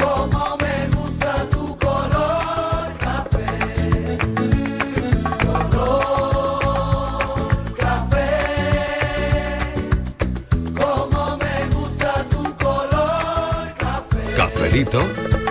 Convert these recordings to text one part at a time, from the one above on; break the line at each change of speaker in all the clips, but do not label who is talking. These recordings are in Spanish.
Como me gusta tu color café, color café. Como me gusta tu color café.
Cafelito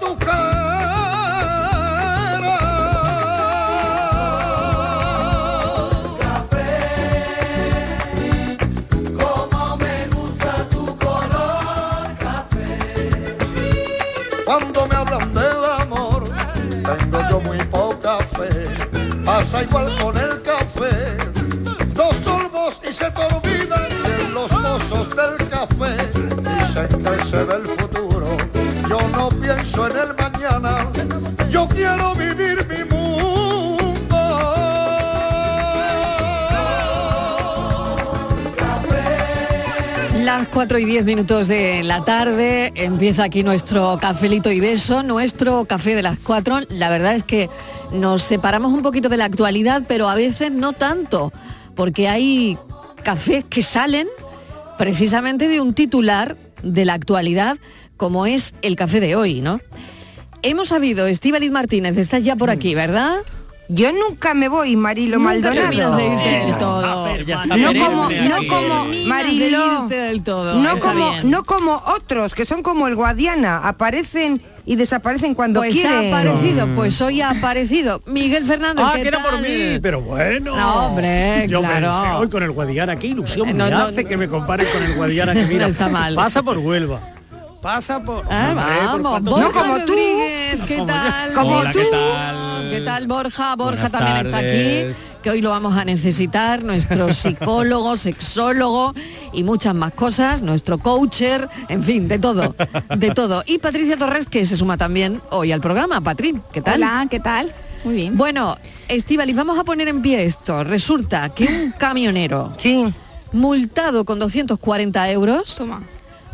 tu
Como me gusta tu color
Cuando me hablan del amor, tengo yo muy poca fe. Pasa igual con el café. Dos sorbos y se te olvidan de los pozos del café. Dicen que se ve el futuro. Yo no pienso en el mañana. Yo quiero vivir mi mundo.
Las 4 y 10 minutos de la tarde empieza aquí nuestro cafelito y beso, nuestro café de las 4. La verdad es que nos separamos un poquito de la actualidad, pero a veces no tanto, porque hay cafés que salen precisamente de un titular de la actualidad, como es el café de hoy, ¿no? Hemos sabido, Estíbaliz Martínez, estás ya por aquí, ¿verdad?
Yo nunca me voy, Marilo Maldonado. No como, no como Mariló, no como, no como otros que son como el Guadiana, aparecen y desaparecen cuando
Pues ha
quieren.
aparecido, pues hoy ha aparecido. Miguel Fernández.
Ah,
¿qué
que era por
tal?
mí, pero bueno.
No, hombre,
Yo
claro.
pensé, hoy con el Guadiana, qué ilusión
No,
me
no,
hace que me comparen con el Guadiana que mira.
No está mal.
Pasa por Huelva. Pasa por.
Ah,
hombre, por
vamos,
cuantos-
Borja Rodríguez, ¿qué
Como yo.
tal?
Como Hola, ¿qué tú.
¿Qué tal, Borja? Borja
Buenas
también
tardes.
está aquí, que hoy lo vamos a necesitar, nuestro psicólogo, sexólogo y muchas más cosas, nuestro coacher, en fin, de todo, de todo. Y Patricia Torres, que se suma también hoy al programa. Patri, ¿qué tal? Hola,
¿qué tal? Muy bien.
Bueno, Estivalis, vamos a poner en pie esto. Resulta que un camionero multado con 240 euros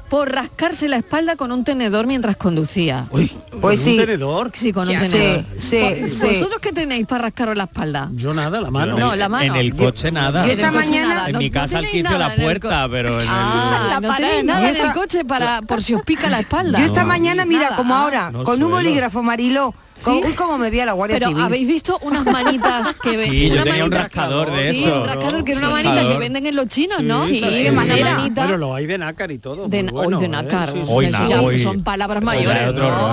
por rascarse la espalda con un tenedor mientras conducía.
Pues ¿Con un sí. tenedor?
Sí, con un
Sí,
tenedor.
sí,
Vos-
sí.
¿Vosotros qué tenéis para rascaros la espalda?
Yo nada, la mano.
No, la mano.
En el coche nada.
yo esta En el coche mañana- nada,
En
no-
mi
no
casa
tenéis
alquicio
nada
la
en el
puerta, pero en el...
Ah, no tenéis nada en el coche para por si os pica la espalda.
Yo esta mañana, mira, como ahora,
No
con un
suelo.
bolígrafo, Mariló. Con, uy, cómo me vi a la Guardia
Pero
Civil.
habéis visto unas manitas que ven-
Sí, yo
una
tenía un
manita-
rascador de
Sí,
eso.
un rascador que era una
Sí.
manita que
Rascador.
venden en los chinos, ¿no? una manita.
Pero lo hay de nácar y todo.
De-
muy
hoy
bueno,
de
¿eh?
nácar, pues
Sí, sí,
Hoy
sí.
na- hoy-
son palabras
Eso ya
mayores,
es otro
¿no?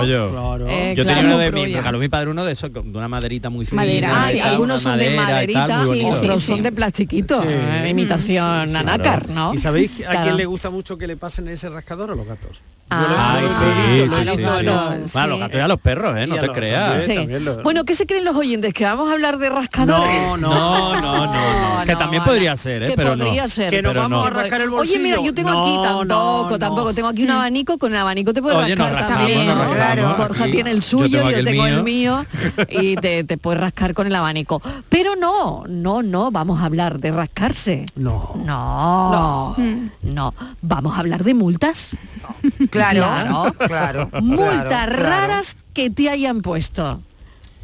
rollo.
Eh,
Yo
claro.
tenía uno de mi,
Proya.
regaló mi padre uno de esos, con- de una maderita muy finita.
Madera,
y
sí,
tal,
algunos
una
son de
madera y tal,
maderita,
muy bonito.
otros son de plastiquito, eh, imitación a nácar, ¿no?
¿Y sabéis a
Claro.
quién le gusta mucho que le pasen ese rascador a los gatos?
Ah,
Ay, sí, sí, sí, sí. Bueno, los gatos y a los perros, ¿eh?
Y
No
a
te
los-
creas.
Sí. Bueno, ¿qué se creen los oyentes? ¿Que vamos a hablar de rascadores?
no, no, no, no. Que también podría ser, ¿eh?
Que
Pero no.
podría ser.
Pero no.
Oye, mira, yo tengo aquí tampoco, tampoco. Tengo aquí un abanico, con el abanico te puedes
Mm. Oye, nos
rascar
rascamos,
también.
nos rascamos
Claro. Borja
aquí.
tiene el
Yo
suyo, yo
tengo
tengo,
aquí el
el mío y te, te puedes rascar con el abanico. Pero no, no, no, vamos a hablar de rascarse.
No.
No. No. Vamos a hablar de multas.
Claro, claro,
Multas
claro, claro.
raras que te hayan puesto.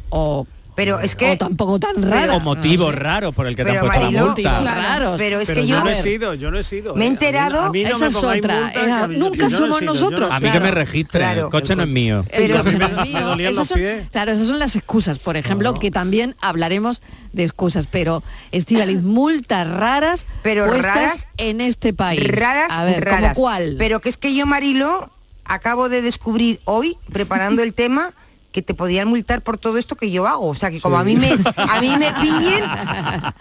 O
pero es que
tampoco tan
O
raro.
motivos raros por el que te han
Pero
puesto la
Mariló,
multa.
claro. Raros. Pero es que yo-
no
a
he
ver.
sido, yo no he sido.
Me he
eh. A mí-
enterado-
a mí no
Esa
me
es
pongáis
otra,
multas,
esa-
que
nunca
yo- yo no he
somos
sido, yo
nosotros,
no he
A mí
sido.
que me registren,
Claro.
el coche no es mío.
El
Pero
coche no
primero
es mío.
me dolían
Esas
los
son-
pies.
claro, esas son las excusas, por ejemplo, que también hablaremos de excusas, pero Estivaliz, multas raras
Pero
puestas
raras-
en este país.
raras,
A ver,
raras.
¿cómo cuál?
Pero que es que yo, Marilo, acabo de descubrir hoy, preparando el tema, que te podían multar por todo esto que yo hago. O sea, que como a mí me a mí me pillen,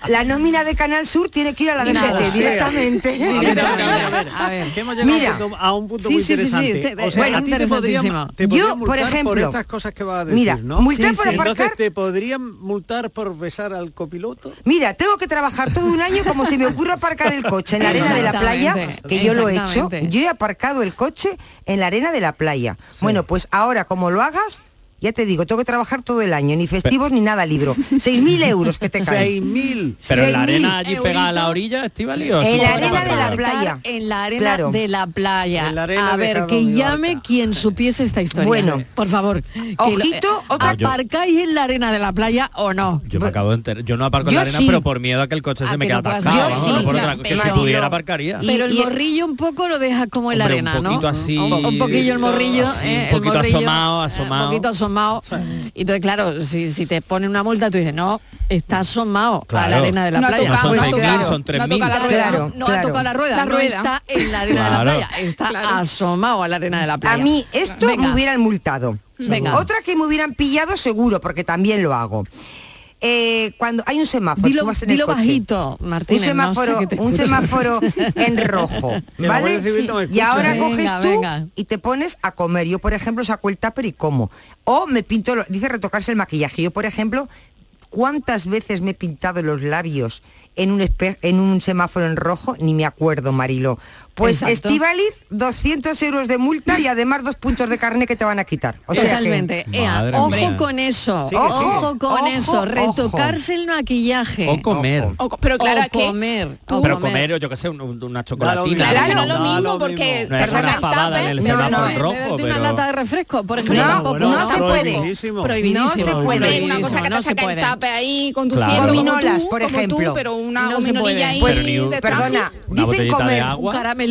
la nómina de Canal Sur tiene que ir a la
Nada,
DGT
sí.
directamente.
A ver, a ver, a ver, a ver, que hemos llegado
Mira.
a un punto- a un punto
Sí,
muy
sí, sí, sí,
interesante.
este-
o sea,
bueno,
a ti te podrían,
interesantísimo.
te
Yo,
podrían
por
multar por,
ejemplo,
estas cosas que va a decir,
mira,
¿no?
multar Sí, por sí. aparcar-
Entonces, ¿te podrían multar por besar al copiloto?
Mira, tengo que trabajar todo un año como se me ocurre aparcar el coche en la arena de la playa,
Exactamente,
que yo lo he hecho.
exactamente.
Yo he aparcado el coche en la arena de la playa. Bueno, pues ahora como lo hagas, ya te digo, tengo que trabajar todo el año, ni festivos ni nada libro. 6.000 euros que te caen.
6.000.
Pero en la
6.000
arena allí pegada a la orilla, Estivali, o
En
sí
la
puede
arena de la
aparcar?
playa.
En la arena
Claro.
de la playa.
En la arena
a
de
ver,
Cabo
que
Verde.
llame quien supiese esta historia.
Bueno.
por favor. que lo-
Ojito, otra-
¿Aparcáis en la arena de la playa o no?
Yo me acabo de enterar. Yo no aparco en
Yo
la arena,
sí.
pero por miedo a que el coche se me quede
puedas
atascado.
aparcar.
vamos,
Yo
no
sí,
por
ya,
otra cosa. que si
pero-
pudiera aparcaría.
Pero el morrillo un poco lo dejas como en la
Hombre,
arena,
un poquito
¿no?
así.
Un, un poquillo el morrillo,
así,
eh,
un poquito
el morrillo,
asomado,
eh,
asomado.
Un poquito asomado. Y entonces, claro, si, si te ponen una multa, tú dices, no, está asomado a la
Claro.
arena de la
No ha
playa.
tocado, No son no ha 6.000, tocado. son No ha 3.000. tocado la rueda.
Claro, no ha
Claro.
tocado la rueda,
La
no
rueda.
está en la arena de
Claro.
la playa, está asomado a la arena de la
A
playa.
mí esto me
Venga.
hubieran multado.
Venga.
Otra que me hubieran pillado seguro, porque también lo hago. Eh, cuando hay un semáforo,
Dilo-
tú vas en el
dilo
coche.
bajito, Martínez,
un
no sé
semáforo,
que te
un
escucho.
semáforo en rojo,
Que la
¿vale?
Guardia Civil no me
y
escucha.
ahora
Venga,
coges tú
venga.
y te pones a comer. Yo, por ejemplo, saco el tupper y como. O me pinto, lo- dice retocarse el maquillaje. Yo, por ejemplo, ¿cuántas veces me he pintado los labios en un, espe- en un semáforo en rojo? Ni me acuerdo, Marilo. Pues
Exacto.
Estivaliz, 200 euros de multa y además dos puntos de carne que te van a quitar. O sea que-
Totalmente. Ea,
Madre
ojo
mía.
con eso.
Sí, que sí.
ojo con
Ojo,
eso.
ojo.
Retocarse el maquillaje.
O comer.
pero
claro,
o comer. o
pero
comer.
comer, yo qué sé, un- un- una chocolatina.
Claro, no
no,
es lo mismo porque
no es una fabada en el semáforo rojo,
Una
pero...
lata de refresco, por ejemplo.
No,
tampoco,
no se puede.
Prohibidísimo. Prohibidísimo.
No se puede. Una cosa que
No
te
se
saca
puede.
el tape ahí conduciendo.
Claro.
como tú,
Gominolas, por
como tú,
ejemplo.
pero una
No se puede.
gominolilla ahí.
Pero
ni un-
de
Perdona,
tráfico.
Una
dicen
botellita de
comer.
agua.
Un caramelito.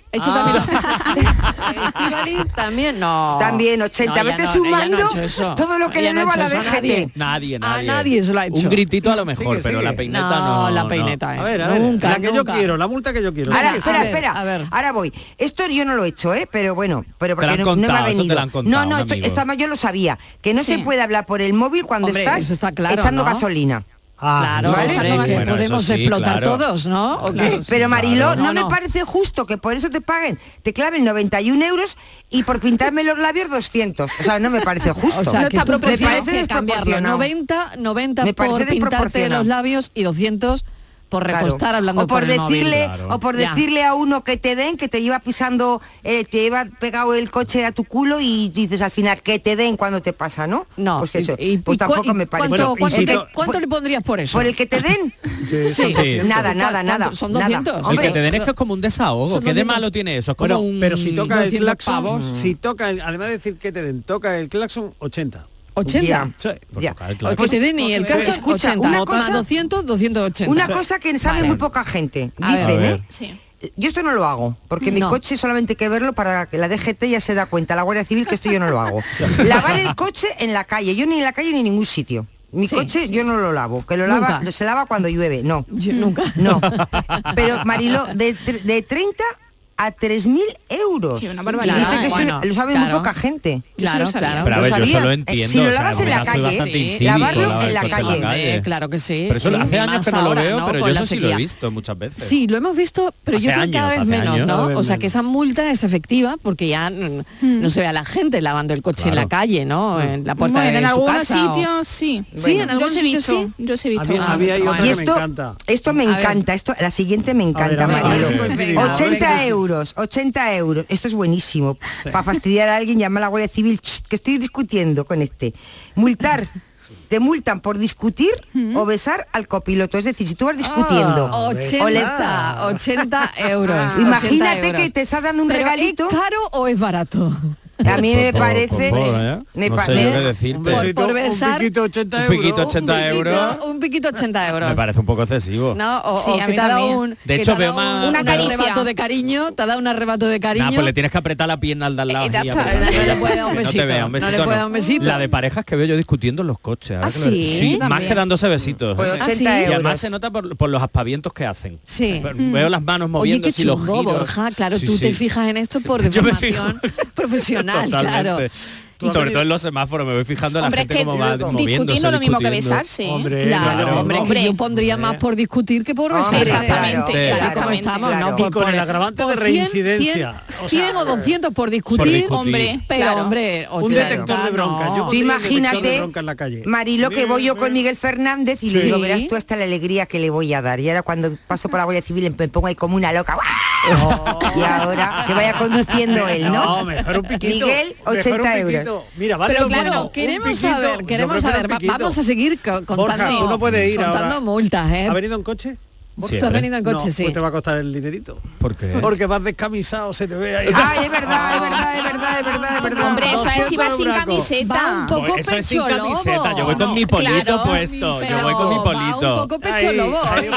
Eso
Ah,
también lo Estíbaliz, también no.
También 80.
No, ella
Vete
no,
sumando
ella no ha hecho eso.
todo lo que
Ella
le
no
debo
ha
a la
hecho eso
DGT.
nadie.
Nadie, nadie.
Ah, nadie se lo ha hecho.
Un gritito a lo mejor, pero la peineta no.
No, la
no.
peineta, eh.
A ver, a ver.
Nunca,
la que yo
nunca.
quiero, la multa que yo quiero.
Ahora,
Sí,
espera,
a ver,
espera.
a ver.
Ahora voy. Esto yo no lo he hecho, ¿eh? Pero bueno, pero porque
Te lo
no,
han
no me ha
contado, eso
venido.
te lo han contado,
no, no,
un
esto,
amigo.
esto además yo lo sabía. Que no
Sí.
se puede hablar por el móvil cuando
Hombre,
estás
eso está claro,
echando
¿no?
gasolina.
Claro,
Ah, ¿Vale?
hombre, que
Bueno,
podemos
eso sí,
explotar
claro.
todos, ¿no? ¿O qué?
Pero Mariló,
claro.
no,
No, no.
me parece justo que por eso te paguen, te claven 91 euros y por pintarme los labios 200. O sea, no me parece justo.
O sea, que tú
me
prefieres
parece
que cambiarlo
desproporcionado.
90, 90
Me parece
por pintarte
desproporcionado.
los labios y 200 por
Claro.
repostar hablando
o por,
el móvil.
decirle o por
Ya.
decirle a uno que te den que te lleva pisando eh, te lleva pegado el coche a tu culo y dices al final que te den cuando te pasa no
No,
pues que eso
y- y-
pues
y cu-
tampoco
y
me parece
¿Cuánto,
Bueno, y
cuánto
si
te-
no-
cuánto le pondrías por eso?
por el que te den
Sí,
Sí.
son 200.
nada nada
¿Cuánto-
nada
son
nada.
200? El
El
Hombre,
que te den es que es como un desahogo.
Son
¿Qué de
200.
malo tiene eso? Es como
Bueno,
un...
pero si toca el
200
claxon,
pavos.
si toca el, además de decir que te den, toca el claxon 80.
80.
Ya.
Sí.
Por
Ya.
tocar el
O
claxon.
que te den y el
Pues
caso
escucha,
80.
una
Más
cosa-
200, 280.
una cosa que sabe
Vale.
muy poca gente
A ver.
dicen
A
¿eh?
ver.
Sí.
yo esto no lo hago porque mi
No.
coche solamente hay que verlo para que la DGT ya se da cuenta la Guardia Civil que esto yo no lo hago lavar el coche en la calle yo ni en la calle ni en ningún sitio mi
Sí,
coche yo no lo lavo que lo lava
Nunca.
se lava cuando llueve no
Yo nunca.
No, pero Mariló, de, tr- de 30 a 3.000 euros.
Sí, una
Y
barbaridad.
dice que esto
Bueno,
lo sabe
claro.
muy poca gente.
Claro,
Eso no
claro.
Pero a
¿Lo
ver, yo eso
sabías?
lo
Eh,
entiendo.
si lo
o sea,
lavas en
me
la
parece
calle,
bastante
sí,
incínico
lavarlo
lavar el
en la
coche
calle.
Hombre, eh, claro que sí.
Pero eso
Sí,
hace años
más
que no lo
ahora,
veo,
¿no?
pero
Con
yo
la
eso sí lo he
sequía.
visto muchas veces.
Sí, lo hemos visto, pero yo
Hace
creo que
años,
cada vez
hace
menos,
años.
¿no?
Cada vez
O sea, que
menos.
esa multa es efectiva porque ya mm, no se ve a la gente lavando el coche en la
Claro.
calle, ¿no? En la puerta
Bueno,
de
en
su
algunos
casa. o-
sitios sí.
Sí,
Bueno,
en algunos
yo os he
sitios
visto,
sí.
Yo os he visto.
Había,
Ah,
había ahí
bueno.
otra
Y
que me
esto,
encanta.
Ah,
esto me
A ver.
encanta, esto, la siguiente me
ver,
encanta,
a ver, a ver,
Mariló.
a ver si coincidimos.
Venga,
80
venga.
euros, 80 euros. Esto es buenísimo. Para fastidiar a alguien, llama a la Guardia Civil, "Ch, que estoy discutiendo con este. Multar. Te multan por discutir o besar al copiloto. Es decir, si tú vas discutiendo.
Ah,
o le-
80, 80 euros.
Ah, Imagínate
80 euros.
que te está dando un
Pero,
regalito.
¿Es caro o es barato?
A mí me
Pues Por- por-
parece...
por- por- ¿eh?
me
No
pa-
sé yo qué
Por-
decirte.
por, besar
Un piquito 80 euros. Un piquito 80 euros.
un piquito 80 euros.
Me parece un poco excesivo.
¿no? O,
Sí,
o
a
que
mí
te ha dado
también.
un,
De
que
hecho,
te ha
veo
dado un-
más-
un,
Una caricia.
arrebato de cariño, te ha dado un arrebato de cariño.
Nah, pues le tienes que apretar la pierna al de al lado.
Y ya
así,
está.
apretar,
No le
ya
puede
está.
dar un
Que
besito,
No te vea,
no
un
le
besito.
puede dar un besito.
La de parejas que veo yo discutiendo en los coches. ahora
¿Ah,
que lo-
sí?
más
También.
que dándose besitos.
Pues
¿eh?
80
Y además
euros.
se nota por, por los aspavientos que hacen.
Sí.
Pero Veo las manos
Oye,
moviendo
qué
y los
chungo,
giros.
Borja. Claro,
Sí,
tú te
sí.
fijas en esto por
Yo me fijo.
deformación profesional, claro.
Totalmente. Y sobre todo en los semáforos me voy fijando en la
Hombre, es
gente
que
cómo va moviéndose.
discutir no es lo mismo que
discutiendo.
besarse. ¿eh?
Hombre,
Claro,
claro,
hombre,
hombre.
que yo pondría más por discutir que por besar.
Hombre,
exactamente,
Claro, como
exactamente,
estamos,
claro.
¿no? Pues
Y
Por-
con
por-
el agravante
por
de
100, 100,
reincidencia. O
100 o 200 por discutir,
discutir.
Hombre,
pero
claro.
hombre,
Un
80,
detector de
no.
bronca. Yo
Tú
pondría un detector de
imagínate,
bronca en la calle.
Marilo, que voy yo con Miguel Fernández y le
Sí.
digo, verás tú hasta la alegría que le voy a dar. Y ahora cuando paso por la Guardia Civil me pongo ahí como una loca. ¡guau! Y ahora que vaya conduciendo él, ¿no?
Oh. No, mejor un piquito.
Miguel,
mejor un
80
piquito.
euros.
Mira, vale
Pero
lo mismo,
claro,
un
queremos
piquito.
saber,
Yo
queremos
prefiero
saber,
un
Va-
piquito.
vamos a seguir co- contando,
Borja, tú no puedes ir
contando
ahora.
multas, ¿eh?
¿Ha venido en coche?
Tú has
Siempre.
venido en coche,
no,
sí.
pues te va a costar el dinerito.
¿Por qué?
Porque vas descamisado, se te ve ahí.
Ay, es verdad, es verdad, es verdad, es
Ah,
verdad, es verdad.
Hombre, eso es si vas
200
sin
euros.
camiseta.
Va un poco
Eso es sin
pecho lobo.
camiseta. Yo voy con mi polito
Claro.
puesto. Yo voy
Pero
con mi
Va un
polito.
poco pecho
Ahí,
lobo. oye,
ahí,
¿eh?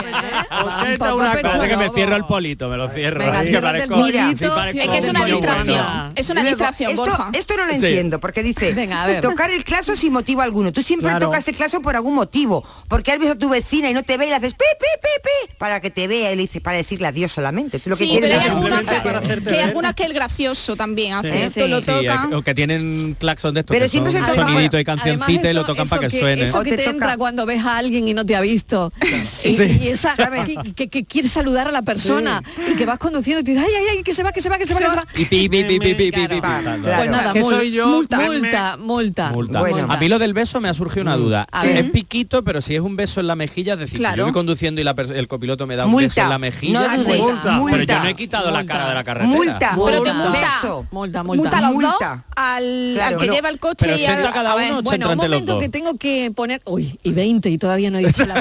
Va un
80
poco
una
pecho
Parece que me
lobo.
cierro el polito, me lo cierro.
Venga,
Ahí, que
ciérrate el
parezco-
polito,
sí, parezco
Es que es
un
una
niño
distracción.
bueno.
Es una
Y luego,
distracción,
esto,
Borja.
esto no lo
Sí.
entiendo, porque dice,
Venga, a ver.
tocar el claxon sin motivo alguno. Tú siempre
Claro.
tocas el claxon por algún motivo, porque has visto a tu vecina y no te ve y le haces pi, pi, pi, pi, para que te vea y le dices, para decirle adiós solamente. Tú lo que
Sí,
quieres
pero
es
hay
eso,
algunas
simplemente para
que,
hacerte
que hay
ver.
algunas que el gracioso también hace.
Sí,
Esto Ah, ¿eh? lo
Sí,
toca.
es- o que tienen claxon de estos
Pero
que
siempre
son
se toca-
sonidito y
Además,
cancioncita y lo
eso-
tocan para
eso
que, suene.
Eso
O
que te,
te toca-
entra cuando ves a alguien y no te ha visto. Y,
Sí.
y esa que, que- que quieres saludar a la persona y que vas conduciendo y te dices, ay, ay, ay, que se va, que se va, que se va, que se va.
Y pi, pi, pi, pi, pi, pi, pi,
Claro.
tal,
Claro.
Pues nada,
Que
mul-
soy yo,
multa,
verme-
multa, multa,
Multa.
Bueno.
A mí lo del beso me ha surgido una duda.
A ver.
Es piquito, pero si es un beso en la mejilla, es decir, si
Claro.
yo voy conduciendo y la pers- el copiloto me da un beso
multa.
en la mejilla, pues,
no dudes,
multa.
multa.
pero yo no he quitado la
Multa.
cara de la carretera.
Multa,
Pero te
multa.
multa.
Beso.
multa, multa.
Multa a los dos,
Multa.
al,
Claro.
al que
Pero-
lleva el coche
pero
y al
80 cada
a ver,
uno,
Bueno,
80
un
entre los
momento
dos.
que tengo que poner... Uy, y 20, y todavía no he dicho la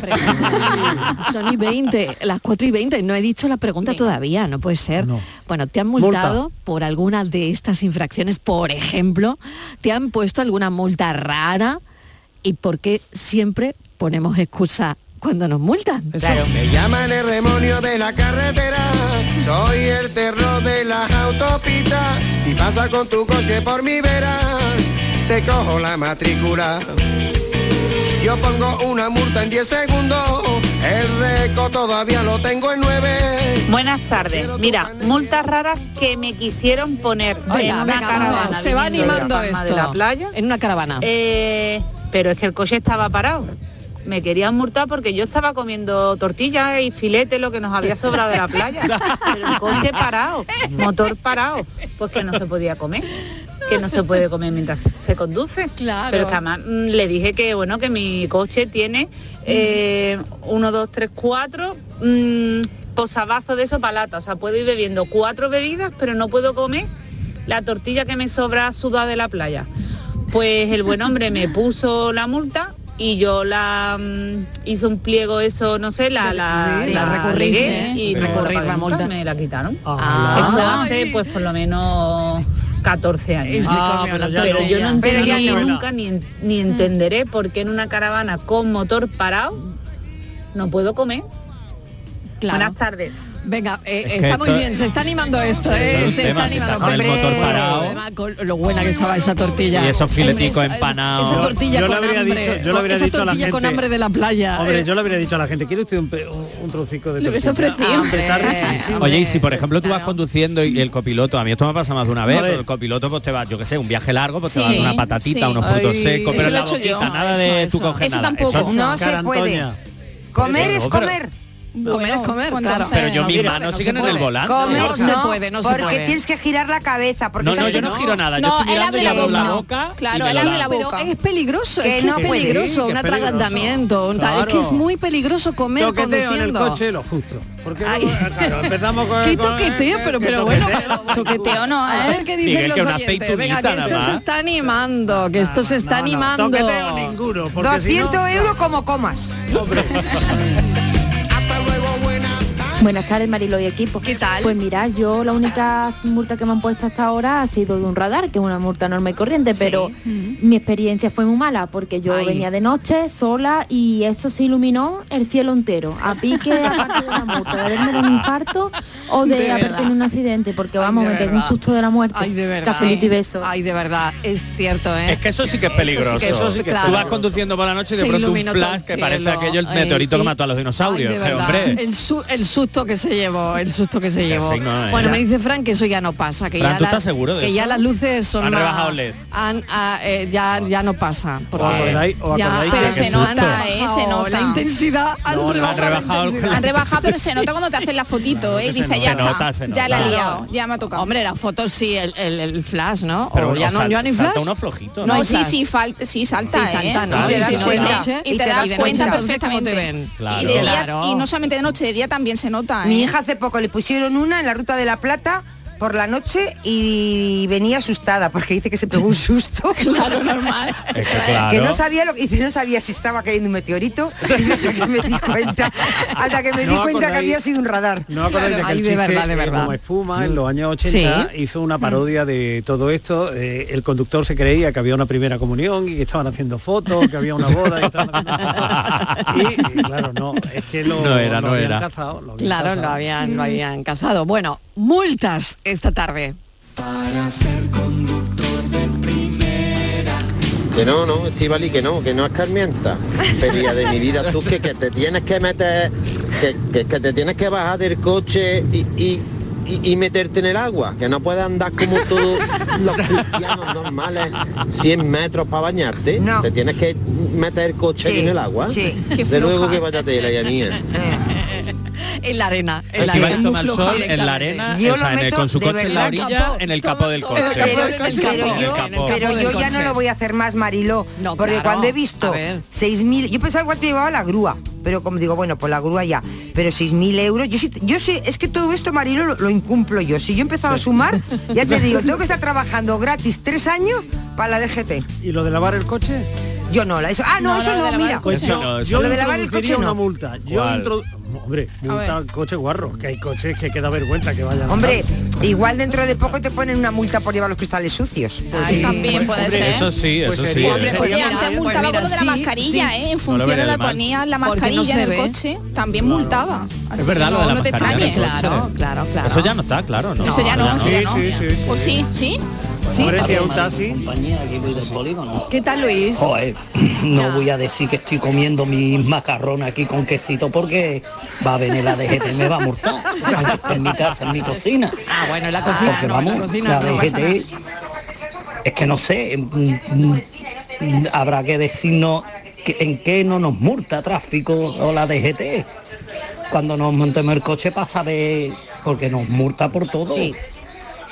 pregunta. Son y 20, las 4 y 20, no he dicho la pregunta todavía, no puede ser. Bueno, ¿te han multado por alguna de estas infracciones? Por ejemplo, ¿te han puesto alguna multa rara? ¿Y por qué siempre ponemos excusa cuando nos multan?
Claro.
Me llaman el demonio de la carretera, soy el terror de las autopistas. Si pasa con tu coche por mi vera, te cojo la matrícula. Yo pongo una multa en 10 segundos, el récord todavía lo tengo en 9.
Buenas tardes. Mira, multas raras que me quisieron poner en
Venga,
una
venga,
caravana.
vamos, se va
viniendo de
animando
La Palma de
esto.
la playa.
En una caravana.
Eh, pero es que el coche estaba parado. Me querían multar porque yo estaba comiendo tortillas y filete, lo que nos había sobrado de la playa. Pero el coche parado, motor parado, pues que no se podía comer. Que no se puede comer mientras se conduce.
Claro.
Pero que además mm, le dije que bueno, que mi coche tiene eh, uno, dos, tres, cuatro mm, posavasos de sopalata. O sea, puedo ir bebiendo cuatro bebidas, pero no puedo comer la tortilla que me sobra sudada de la playa. Pues el buen hombre me puso la multa y yo la mm, hice un pliego eso, no sé, la, la,
Sí, la recurriste,
regué
¿eh?
y no
Recurrir
pagué
la
nunca,
multa.
me la quitaron.
Ah.
Eso hace pues por lo menos 14 años.
Ah, pero ya
Pero
no.
yo no
Pero
entiendo
ya
ni
no.
nunca ni, en- ni entenderé por qué en una caravana con motor parado no puedo comer.
Claro.
Buenas tardes.
Venga, eh,
Es que
está muy
esto-
bien, se está animando esto,
es
¿eh?
un
se
tema,
está
si
animando.
está con el
Hombre,
motor parado.
además, con lo buena que estaba esa tortilla.
Y esos fileticos
Hombre, esa-
empanados.
Esa tortilla
Yo- yo le
con
habría
hambre.
dicho- yo le habría
esa
dicho a la
tortilla con
gente-
hambre de la playa.
Hombre,
eh.
yo le habría dicho a la gente, ¿quiere usted un, pe- un- un trocito de
Le hubiese
tortilla?
ofrecido.
Hombre, está riquísimo.
Hombre,
Oye, y si por ejemplo tú vas
claro.
conduciendo y el copiloto, a mí esto me pasa más de una vez,
A ver.
pero el copiloto pues te va, yo que sé, un viaje largo, pues te
Sí,
va a dar una patatita,
sí.
unos frutos
Ay,
secos,
eso
pero
lo
la
he hecho yo.
boquita, nada
Eso,
de
eso.
tú coges
Eso
nada.
tampoco.
Eso-
No se
Cara
puede.
Antonia.
Comer es
No, pero-
comer.
comer es comer,
pues
claro.
entonces- Pero yo,
mis
se
manos
puede, se
siguen en el
puede.
volante.
Comer
No se puede, no se
porque
puede.
tienes que girar la cabeza. Porque
No, no,
estás-
yo no giro nada, yo
No, él
estoy mirando
abre
y abro
la
la
boca.
boca.
Claro,
y
él
me
abre la
lanzo.
boca.
Pero es peligroso,
Que
es que
no
es
puede.
Sí, que
peligroso,
es
un
peligroso.
atragantamiento, un tal- es que
Claro.
es muy peligroso comer
Toqueteo en el
conduciendo.
coche lo justo. Porque
Ay.
luego, claro, empezamos con
Qué
con-
toqueteo,
eh,
pero,
que
pero bueno,
toqueteo.
pero-
Toqueteo no,
A
¿eh?
ver qué dicen
Miguel, que
los
una
oyentes. Venga, que
aceitunita
esto
nada
se
más.
está animando, que esto se está
No, no,
animando.
Toqueteo ninguno. Porque si
200
no,
euros como comas.
hombre.
Hasta luego, buenas tardes.
Buenas tardes, Marilo y equipo. ¿Qué tal? Pues mira, yo la única multa que me han puesto hasta ahora ha sido de un radar, que es una multa normal y corriente,
Sí.
pero mi experiencia fue muy mala porque yo
Ay.
venía de noche sola y eso se iluminó el cielo entero. A pique, aparte de la multa, de haberme dado un infarto o de,
De
haber
verdad.
tenido un accidente, porque vamos,
de
me pegué un
verdad.
susto de la muerte.
Ay, de verdad.
Cafelito y beso.
Ay, de verdad, es cierto, ¿eh?
Es que eso sí que es peligroso.
que es- Eso sí que es
Tú vas
peligroso.
conduciendo por la noche y de
Se
pronto un
iluminó todo el
flash que
cielo.
parece aquello el
Ay,
meteorito que
y-
mató a los dinosaurios.
Ay, de
eh,
verdad,
hombre.
El, su- el susto que se llevó, el susto que se
Ya
llevó.
sí, no, eh,
bueno,
ya.
me dice Frank que eso ya no pasa, que,
Fran,
ya,
¿tú
las-
estás seguro de
que
eso?
ya las luces son
Han
más-
rebajado LED.
han- ah, eh, ya, ya no pasa. porque
acordáis- o
ya
acordáis que-
han
Pero se
bajado
nota,
eh, se nota.
La intensidad han
No, no,
rebajado.
han
la
rebajado el-
intensidad.
Han rebajado, pero se nota cuando te hacen la fotito, ¿eh? Y
que se
dices,
nota.
ya
Se
está,
nota, se
ya la he
nota.
liado, ya me ha tocado.
Hombre, las fotos sí, el, el- el flash, ¿no? o
Pero
ya
o
no,
sal-
ya ni
salta
flash.
uno flojito,
No,
¿no?
sí, sí, fal- sí salta,
Sí,
¿eh?
salta, ¿no?
Y te
Sí,
das
sí, sí,
cuenta,
sí.
y
Y
te
te- y
das
de noche,
cuenta
entonces, ¿cómo te
perfectamente.
ven? Claro.
Y de día,
Claro.
y no solamente de noche, de día también se nota, ¿eh?
Mi hija hace poco le pusieron una en la ruta de la plata por la noche y venía asustada porque dice que se pegó un susto.
Claro, normal.
Es que claro.
Que no sabía lo que dice, no sabía si estaba cayendo un meteorito y hasta que me di cuenta, hasta que me di
No
cuenta que
acordáis-
había sido un radar.
No acordáis de
Ay,
aquel
de
chiste,
verdad, de
eh,
verdad.
Goma Espuma en los años 80
Sí. Mm.
hizo una parodia de todo esto. eh, el conductor se creía que había una primera comunión y que estaban haciendo fotos, que había una boda y estaban haciendo... Y, eh, claro, no, es que lo,
No era,
lo
no
habían
era.
cazado, lo habían
Claro, lo
cazado.
habían, lo habían cazado. Bueno, multas esta tarde.
Que no, no, Estivali, que no, que no escarmienta. Feria de mi vida, tú que, que te tienes que meter, que, que- que te tienes que bajar del coche y, y- y- y meterte en el agua, que no puedes andar como todos los cristianos normales 100 metros para bañarte. Te tienes que meter el coche
Sí,
en el agua.
sí. Qué
De luego
floja.
que vaya tela, ya mía.
En la arena. En la
Estivali
arena.
toma el
Muy floja
sol en la
directamente.
arena, o sea, en el- con su
de
coche en la
verdad,
orilla,
capó,
en el capó del coche.
Pero, pero
En el
yo,
capó.
pero
En el
yo
capó
ya
del
no lo
coche.
voy a hacer más, Mariló.
No,
porque
claro.
cuando he
A
visto
ver.
6.000, yo pensaba igual te llevaba la grúa, pero como digo, bueno, pues la grúa ya. Pero 6.000 euros, yo sí, yo sé, es que todo esto, Mariló, lo, lo incumplo yo. Si yo he empezado a sumar, ya te digo, tengo que estar trabajando gratis tres años para la DGT.
¿Y lo de lavar el coche?
Yo no, la, eso, ah, no,
No,
eso
lo de
no,
lavar
mira.
el coche
Eso
no,
no,
yo
lo de lavar el
introduciría
coche
una
no.
multa. Yo
¿Cuál?
introdu- Hombre, multa al coche guarro, que hay coches que queda vergüenza que vayan.
Hombre, igual dentro de poco te ponen una multa por llevar los cristales sucios.
Ay, sí. también
puede
Hombre,
ser.
Eso sí,
Pues
eso sí.
sería-
eso
Oye,
sí.
antes multaba con lo de la mascarilla, ¿eh? En
No lo
función
veré
de
de
la
mal.
ponía la
Porque no
mascarilla
se
en el
ve.
coche, también multaba.
Es verdad
que
lo de la
no te
mascarilla.
extrañes.
en el coche.
Claro, claro, claro.
Eso ya no está, claro, ¿no?
Eso ya no, eso ya no.
Sí, sí, sí,
Pues
sí.
sí, sí.
¿Qué tal, Luis?
Joder, no voy a decir que estoy comiendo mis macarrones aquí con quesito porque va a venir la DGT y me va a multar. Aunque esté en mi casa, en mi cocina.
Ah, bueno, en la cocina
Porque
no, en la
vamos,
cocina
la
no pasa
DGT, es que no sé, mm, mm, mm, habrá que decirnos que- en qué no nos multa tráfico o la DGT. Cuando nos montemos el coche pasa de... porque nos multa por todo.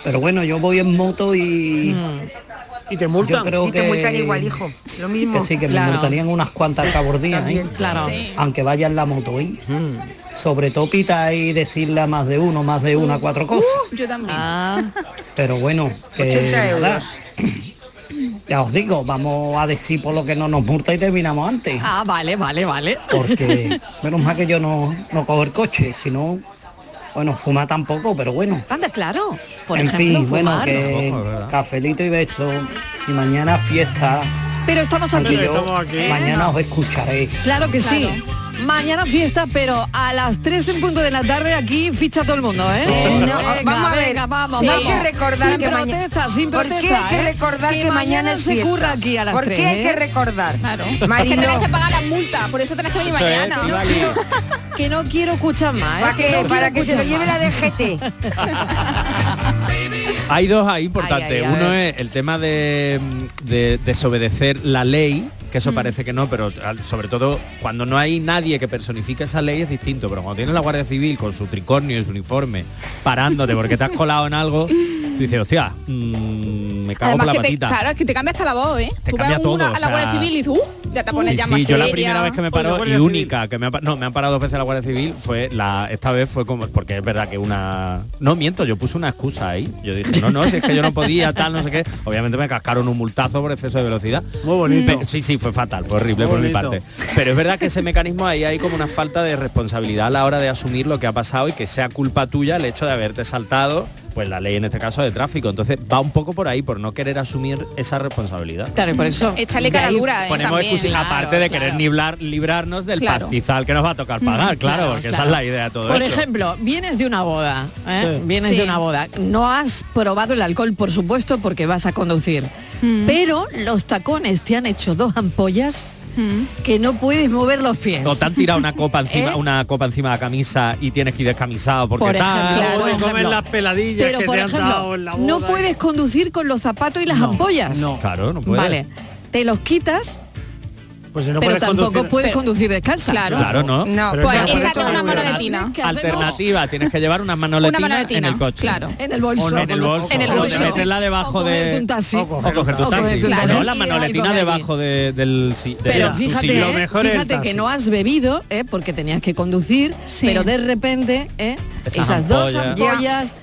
Pero bueno, yo voy en moto y...
Mm.
Y te multan.
Yo creo
y te
que-
multan igual, hijo. Lo mismo.
que sí, que me multarían unas cuantas cabordías, ¿eh?
claro. Sí.
Aunque vaya en la moto, ¿eh?
Mm.
Sobre todo pita y decirle a más de uno, más de una, cuatro cosas.
Uh,
Yo también.
Ah,
Pero bueno, que
80 euros.
nada, ya os digo, vamos a decir por lo que no nos multa y terminamos antes.
Ah, vale, vale, vale.
Porque menos mal que yo no, no cojo el coche, sino, bueno, fuma tampoco, pero bueno.
Anda, claro. Por
en
ejemplo,
fin, bueno,
fumar.
que
Tampoco, ¿verdad?
cafelito y beso. Y mañana fiesta.
Pero estamos aquí.
Yo
¿Eh?
Mañana os escucharé.
Claro que sí. Mañana fiesta, pero a las 3 en punto de la tarde aquí ficha todo el mundo, ¿eh?
Sí. No,
Venga,
vamos a ver.
venga, vamos,
Sí.
vamos.
Hay que recordar
sin
que maña-
protesta, sin
¿Por qué
protesta.
hay que
¿eh?
recordar que mañana es
se
fiesta?
curra aquí a las ¿eh?
¿Por
3?
qué hay que recordar? Mariló.
Que tenés que pagar la multa, por eso tenés que venir
Eso es,
mañana.
que vale. Que no quiero escuchar más.
Para
¿eh?
que-
no quiero
para que se lo
escuchar
lleve
más.
la DGT.
Hay dos ahí importantes.
Ay, ay, a
Uno
ver.
es el tema de, de desobedecer la ley, que
Mm.
eso parece que no, pero al- sobre todo cuando no hay nadie que personifique esa ley es distinto. Pero cuando tienes la Guardia Civil con su tricornio y su uniforme parándote porque te has colado en algo, tú dices, hostia, mm, me cago por la
que te,
patita.
claro, es que te cambia hasta la voz, ¿eh?
Te
Tú
cambia
ves a una-
todo, o
a la Guardia
sea,
Civil y dices, uh, ya te pones
Sí,
ya
sí,
más
yo la
seria.
primera vez que me paró y única que me ha, pa- no me han parado dos veces la Guardia Civil fue la esta vez fue como porque es verdad que una no miento yo puse una excusa ahí yo dije no no si es que yo no podía tal no sé qué obviamente me cascaron un multazo por exceso de velocidad muy bonito sí sí fue fatal fue horrible
Muy
por mi
bonito.
parte pero es verdad que ese mecanismo ahí hay como una falta de responsabilidad a la hora de asumir lo que ha pasado y que sea culpa tuya el hecho de haberte saltado pues la ley en este caso de tráfico entonces va un poco por ahí por no querer asumir esa responsabilidad
Claro, y por eso.
Échale cara
de ahí
dura, ¿eh?
ponemos
también.
excusa- aparte de querer niblar- librarnos del
Claro.
pastizal que nos va a tocar pagar,
Mm,
claro,
claro,
porque esa
claro.
es la idea de todo
Por
esto.
ejemplo, vienes de una boda, ¿eh?
Sí.
vienes
Sí.
de una boda. No has probado el alcohol, por supuesto, porque vas a conducir. Pero los tacones te han hecho dos ampollas que no puedes mover los pies.
O te han tirado una
¿Eh?
copa encima, una copa encima de la camisa y tienes que ir descamisado porque
Por
tal.
ejemplo, O te por comen ejemplo. las
peladillas
Pero, por ejemplo, no puedes conducir con los zapatos y las ampollas.
Claro, no puedes.
Vale, te los quitas,
Pues si no
pero
puedes
tampoco
conducir-
puedes conducir descalza.
Claro, Claro, no. No, Pero pues es que no échate puedes una conducir.
manoletina.
Alternativa, tienes que llevar una manoletina,
Una manoletina,
en el coche.
claro. En el bolso.
O En el bolso.
En el
O te
bolso.
meterla debajo
O
de.
cogerte un taxi.
O coger
O
tu
cogerte
taxi.
un taxi.
No, la
Y
manoletina
algo que
debajo de- del si- de-
Pero
tu
fíjate,
sillón.
eh, fíjate que no has bebido, eh, porque tenías que conducir, pero de repente eh,
Esas
esas, dos
ampollas.
ampollas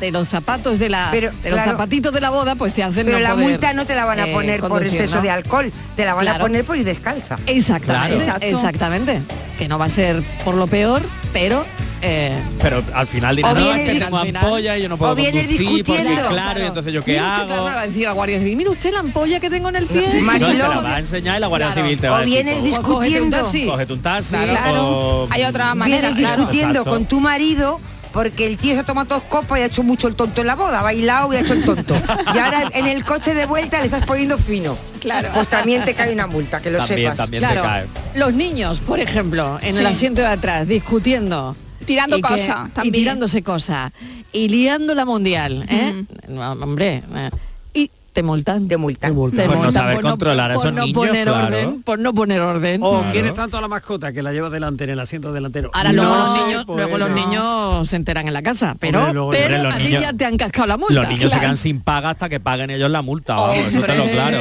de los zapatos de la
Pero,
de los
claro.
zapatitos de la boda, pues te hacen
Pero
no
la
poder,
multa no te la van a
eh,
poner por
conducir,
exceso
¿no?
de alcohol, te la van a
Claro.
poner por ir descalza.
Exactamente,
Claro. Exacto.
exactamente. Que no va a ser por lo peor, pero eh,
Pero al final dirán,
O
no,
viene
es que
el-
tengo
al final-
ampolla y yo no puedo
o viene
conducir porque,
discutiendo.
claro, y entonces yo qué
mire usted,
hago.
claro, va a decir la Guardia Civil, mire usted la ampolla que tengo en el pie.
No, se la va a enseñar y la Guardia
Claro.
Civil te va
O
a decir.
vienes
pues,
discutiendo.
Cógete un taxi.
Claro.
Oh,
o-
Vienes discutiendo
Exacto.
con tu marido porque el tío se ha tomado dos copas y ha hecho mucho el tonto en la boda, ha bailado y ha hecho el tonto. y ahora en el coche de vuelta le estás poniendo fino.
Claro.
Pues también te cae una multa, que lo
También,
sepas.
también te Claro. cae.
Los niños, por ejemplo, en el
Sí.
asiento de atrás, discutiendo.
Tirando
Y que-
cosas,
y
también.
tirándose cosas. Y liando la mundial, ¿eh? No, hombre. eh, Y te multan. Te
multan.
Pues no saber controlar a
por
esos
no
niños,
poner
claro.
orden, por no poner orden.
O quieres tanto a la mascota que la llevas delante en el asiento delantero.
Ahora luego
No,
los niños,
pues
luego los
no.
niños se enteran en la casa, pero,
Hombre, luego-
pero
hombre, los
a ti
niños-
ya te han cascado la multa.
Los niños se
Claro.
quedan sin paga hasta que paguen ellos la multa. vamos, eso te lo claro.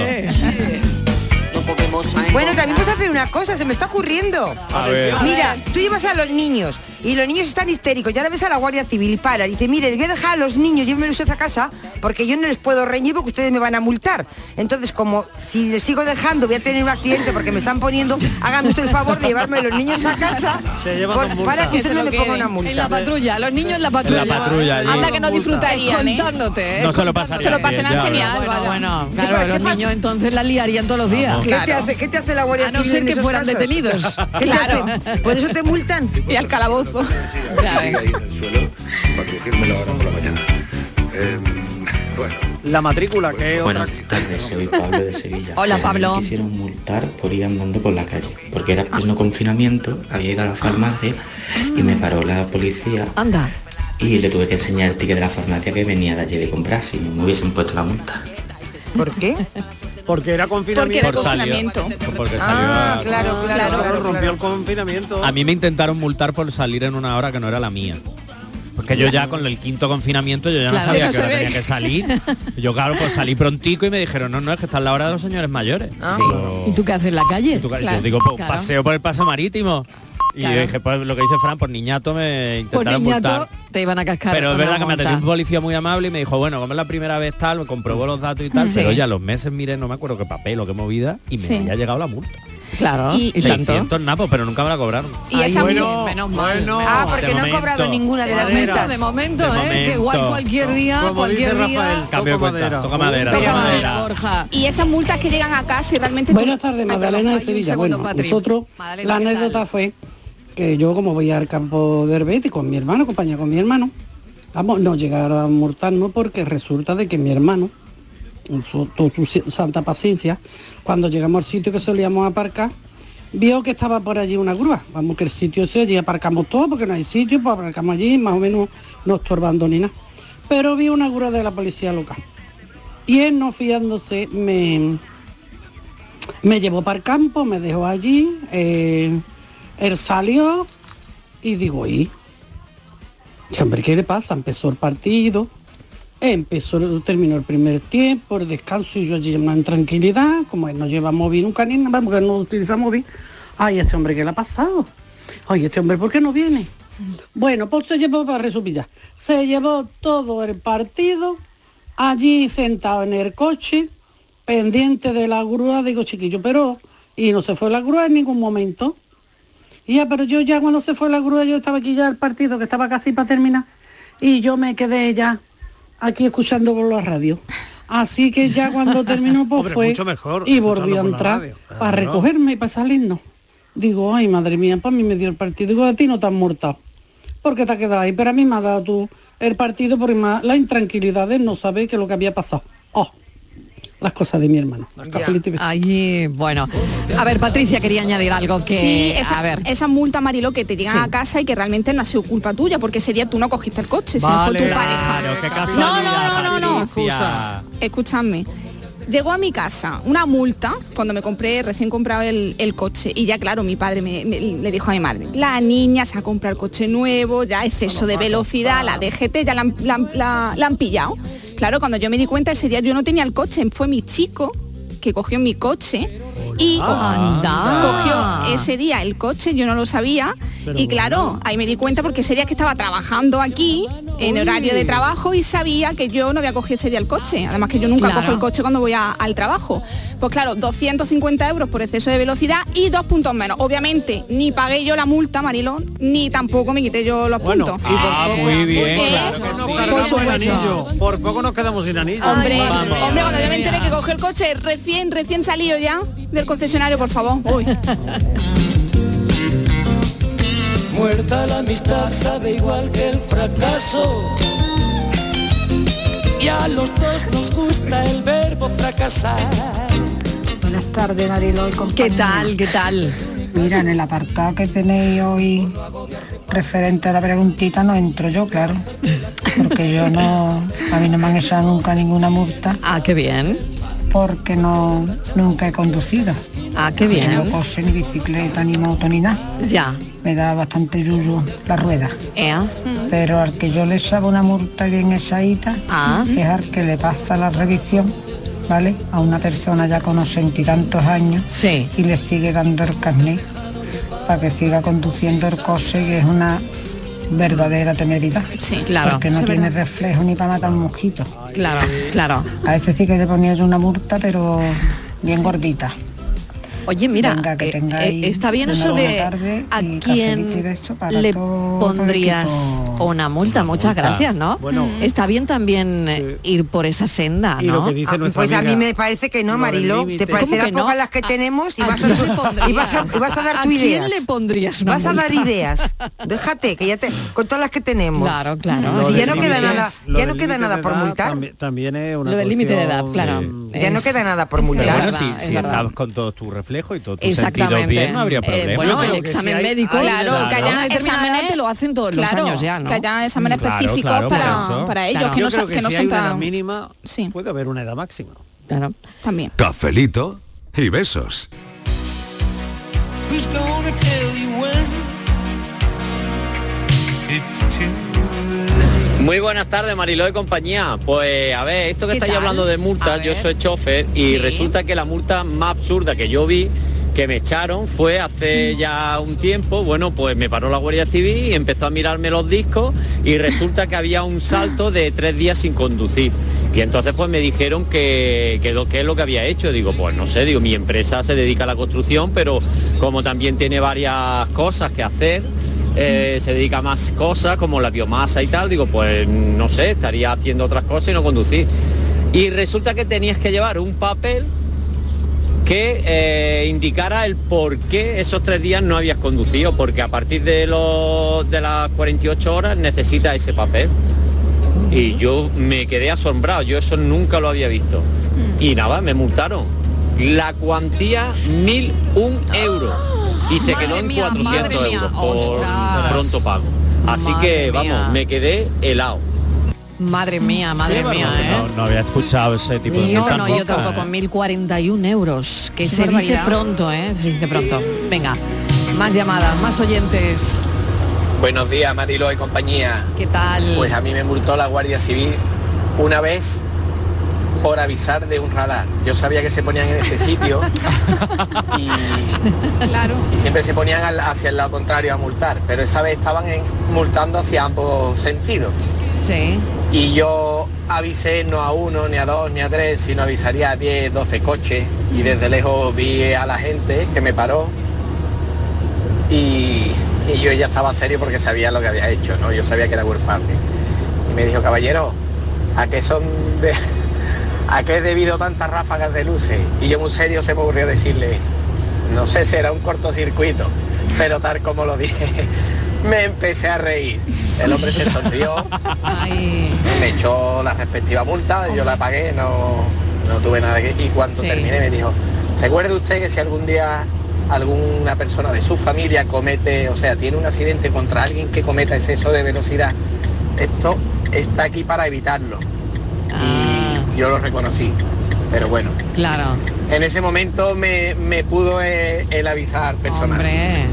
Bueno, también puedes hacer una cosa, se me está ocurriendo.
A ver.
Mira, tú llevas a los niños y los niños están histéricos, ya la ves a la Guardia Civil y para, y dice, mire, les voy a dejar a los niños, llévenme ustedes a casa, porque yo no les puedo reñir porque ustedes me van a multar. Entonces, como si les sigo dejando voy a tener un accidente porque me están poniendo, háganme usted el favor de llevarme a los niños a casa
Se llevan
por-
dos multas.
para que
Que se
usted no
lo
me ponga
queden.
una multa.
En la patrulla, los niños en la patrulla.
En la patrulla, allí.
Anda que no disfrutarían, ¿eh?
Contándote,
No se lo pasarían Se lo bien, pasarán ya verás. genial,
Bueno,
vaya.
bueno,
¿Qué
claro,
pasa?
los
¿Qué pasa?
niños entonces la liarían todos los días.
¿Qué, te hace, qué te hace la Guardia
A no
Civil
ser
en
que
esos
fueran
casos?
detenidos.
¿Qué te hace?
Claro.
Por eso te multan.
Y al calabozo.
Claro.
ahí en el suelo para crujírmelo ahora por la mañana. Eh, bueno.
La matrícula que es otra.
Buenas tardes, soy Pablo de Sevilla.
Hola,
Eh,
Pablo.
Me quisieron multar por ir andando por la calle, porque era pleno confinamiento, había ido a la farmacia y me paró la policía
Anda.
y le tuve que enseñar el ticket de la farmacia que venía de allí de comprar, si no me hubiesen puesto la multa.
¿Por qué?
Porque era
Porque
confinamiento. Ah,
era Por salir.
O Porque salió a-
Ah, claro, claro, claro,
rompió
claro.
el confinamiento.
A mí me intentaron multar por salir en una hora que no era la mía. Porque yo ya con el quinto confinamiento yo ya
Claro,
no sabía
no
que
se
hora
ve.
tenía que salir. Yo claro, pues salí prontico y me dijeron, no, no, es que está la hora de los señores mayores. Digo,
¿Y tú qué haces en la calle?
tú-
Ah, Claro.
Yo digo, pues,
Claro.
paseo por el paso marítimo. Y yo
Claro.
dije, pues lo que dice Fran, por niñato me
Por
intentaron multar.
Pues, niñato pues, te iban a cascar.
Pero es
con
verdad
la
que me atendió un
multa.
policía muy amable y me dijo, bueno, como es la primera vez tal, me comprobó los datos y tal,
Sí.
pero ya los meses, mire, no me acuerdo qué papel o qué movida, y me
Sí.
había llegado la multa.
Claro, y, tanto.
600 napos, pero nunca me la cobraron.
Y esa bueno, menos mal.
Ah, porque
De
no han cobrado
Este momento.
ninguna
Este
de
De
las
momento,
multas.
de momento,
De
¿eh? Que igual
momento.
cualquier día, cualquier día.
Cambio de cuenta, toca madera, toca madera.
Y esas multas que llegan acá, si realmente...
Buenas tardes, Magdalena de Sevilla.
segundo,
Bueno,
Patri.
nosotros,
Magdalena,
la
¿qué tal?
anécdota fue que yo como voy al campo de Herbete con mi hermano, compañía con mi hermano, vamos, nos llegaron a multarnos porque resulta de que mi hermano, con su, tu- tu si- santa paciencia, cuando llegamos al sitio que solíamos aparcar, vio que estaba por allí una grúa. Vamos, que el sitio ese, allí aparcamos todo porque no hay sitio, pues aparcamos allí, más o menos no estorbando ni nada. Pero vi una grúa de la policía local. Y él no fiándose me, me llevó para el campo, me dejó allí, eh, él salió y digo, ¿y? Che, hombre, ¿qué le pasa? Empezó el partido, Empezó, terminó el primer tiempo, el descanso y yo allí en tranquilidad, como él no lleva móvil nunca ni nada, porque no utiliza móvil. Ay, este hombre, ¿qué le ha pasado? Ay, este hombre, ¿por qué no viene? Bueno, pues se llevó, para resumir ya, se llevó todo el partido allí sentado en el coche, pendiente de la grúa, digo chiquillo, pero, y no se fue la grúa en ningún momento. Y ya, pero yo ya cuando se fue la grúa, yo estaba aquí ya al partido, que estaba casi para terminar, y yo me quedé ya aquí escuchando por la radio. Así que ya cuando terminó, pues
Hombre,
fue
mucho mejor
y
escucharlo
volvió a
por la
entrar
radio. Claro,
para
¿no?
recogerme y para salirnos. Digo, ay, madre mía, para mí me dio el partido. Digo, a ti no te has muerto. Porque te has quedado ahí, pero a mí me ha dado tú el partido por la intranquilidad de no saber que lo que había pasado. Oh, las cosas de mi hermano. Cafelito y besos.
Allí, bueno. A ver, Patricia quería añadir algo que...
Sí, esa,
a ver.
esa multa, Marilo, que te llegan
Sí.
a casa y que realmente no ha sido culpa tuya, porque ese día tú no cogiste el coche, sino fue tu pareja. no, no, no, no, no. Escúchame. Llegó a mi casa una multa cuando me compré, recién comprado el, el coche. Y ya claro, mi padre me, me- le dijo a mi madre, la niña se ha comprado el coche nuevo, ya exceso de velocidad, la DGT, ya la, han- la han- la- la han pillado. Claro, cuando yo me di cuenta ese día yo no tenía el coche, fue mi chico que cogió mi coche y
Anda.
cogió ese día el coche, yo no lo sabía.
Pero
y claro, ahí me di cuenta porque ese día que estaba trabajando aquí, en
Uy.
horario de trabajo, y sabía que yo no había cogido ese día el coche. Además que yo nunca
Claro.
cojo el coche cuando voy a- al trabajo. Pues claro, 250 euros por exceso de velocidad y dos puntos menos. Obviamente, ni pagué yo la multa, Marilón, ni tampoco me quité yo los puntos.
Ah, muy bien.
Claro que sí. Por poco nos quedamos sin anillo. Por poco nos quedamos sin anillo.
Hombre, hombre, cuando yo me enteré que cogió el coche recién, recién salido ya del concesionario, por favor. Uy.
Muerta la amistad sabe igual que el fracaso. Y a los dos nos gusta el verbo fracasar.
Buenas tardes, Marilo y compañía.
¿Qué tal? ¿Qué tal?
Mira, en el apartado que tenéis hoy referente a la preguntita no entro yo, claro. Porque yo no, a mí no me han echado nunca ninguna multa.
Ah, qué bien.
Porque no, nunca he conducido.
Ah, qué bien.
Ni coche, ni bicicleta, ni moto, ni nada.
Ya.
Me da bastante yuyu la rueda. Pero al que yo le saco una multa bien echadita,
Ah.
es al que le pasa la revisión, ¿vale? A una persona ya con ochenta y tantos años y le sigue dando el carnet para que siga conduciendo el coche, que es una verdadera temeridad.
claro,
Porque no
eso es
tiene
verdad.
reflejo ni para matar un mosquito.
Claro, claro.
A ese sí que le ponía yo una multa, pero bien gordita.
Oye, mira,
Venga, que
eh, eh,
tengáis
está bien
una
eso
buena
de
tarde
a
y cafelito y
quién
beso para
le
todo el
pondrías una multa. Muchas
multa.
gracias, ¿no? Mm.
Bueno.
está bien también eh, ir por esa senda,
Y
¿no?
lo que dice Ah, nuestra Pues a mí me parece que no,
lo del
Mariló.
límite.
Te
¿Cómo
parecerán
que no?
pocas las que
¿A-
tenemos y
a
vas
quién
a,
le pondrías?
y vas a- y vas a dar
¿A
tu
quién
ideas.
le pondrías una
Vas a dar
multa?
ideas. Déjate, que ya te. Con todas las que tenemos.
Claro, claro.
Si
Lo
ya
del
no queda
límite
nada,
es- lo
ya no
del
queda
límite
nada
de
por
edad
multar.
También, también es una
Lo del límite de edad,
cuestión
claro.
Ya no
Es-
queda nada por
Pero
multar.
bueno, si,
es
si
verdad.
estabas con todo tu reflejo y todo tu sentido
Exactamente.
bien, no habría
Eh,
problema.
bueno, el examen médico,
claro, que haya
a una determinada edad
exámenes-
te lo hacen todos
claro,
los años ya, ¿no?
que haya exámenes
Claro,
específicos
claro, por
para,
eso.
para ellos,
Claro.
que
Yo
no,
creo
son-
que
que no
si
son
hay una
tan...
mínima,
sí.
puede haber una edad máxima.
Claro. También.
Cafelito y besos.
Who's gonna tell you when? It's too
Muy buenas tardes, Mariló y compañía. Pues a ver, esto que
¿Qué
estáis
tal?
hablando de
A
multas, yo
ver.
soy chofer y
Sí.
resulta que la multa más absurda que yo vi que me echaron fue hace ya un tiempo, bueno, pues me paró la Guardia Civil y empezó a mirarme los discos y resulta que había un salto de tres días sin conducir. Y entonces pues me dijeron que, que, lo- que es lo que había hecho. Digo, pues no sé, digo, mi empresa se dedica a la construcción, pero como también tiene varias cosas que hacer, eh, se dedica a más cosas como la biomasa y tal, digo, pues no sé, estaría haciendo otras cosas y no conducir. Y resulta que tenías que llevar un papel que eh, indicara el por qué esos tres días no habías conducido, porque a partir de, los, de las 48 horas necesitas ese papel. Y yo me quedé asombrado, yo eso nunca lo había visto.
Mm.
Y nada, me multaron. La cuantía, 1.001 euros. Y se
Madre
quedó en
mía,
400
madre mía,
euros por
ostras.
pronto pago. Así
Madre
que, vamos,
mía.
me quedé helado.
Madre mía, madre mía, ¿eh?
No, no había escuchado ese tipo de
No,
multa
no, yo
nunca,
tampoco,
¿eh?
1.041 euros, que se dice
barbaridad.
pronto, ¿eh? Se dice pronto. Venga, más llamadas, más oyentes.
Buenos días, Marilo y compañía.
¿Qué tal?
Pues a mí me multó la Guardia Civil
una vez por avisar de un radar. Yo sabía que se ponían en ese sitio y, y siempre se ponían al- hacia el lado contrario a multar, pero esa vez estaban en- multando hacia ambos sentidos.
Sí.
Y yo avisé no a uno, ni a dos, ni a tres, sino avisaría a 10, 12 coches. Y desde lejos vi a la gente que me paró. Y, y yo ya estaba serio porque sabía lo que había hecho, ¿no? Yo sabía que era World Party. Y me dijo, caballero, ¿a qué son de- ¿A qué he debido tantas ráfagas de luces? Y yo muy serio se me ocurrió decirle, no sé, será un cortocircuito, pero tal como lo dije, me empecé a reír. El hombre se sonrió, me echó la respectiva multa, yo la pagué, no, no tuve nada que... Y cuando terminé me dijo, recuerde usted que si algún día alguna persona de su familia comete, o sea, tiene un accidente contra alguien que cometa exceso de velocidad, esto está aquí para evitarlo. Y yo lo reconocí, pero bueno.
Claro.
En ese momento me, me pudo eh, el avisar personal.
Hombre,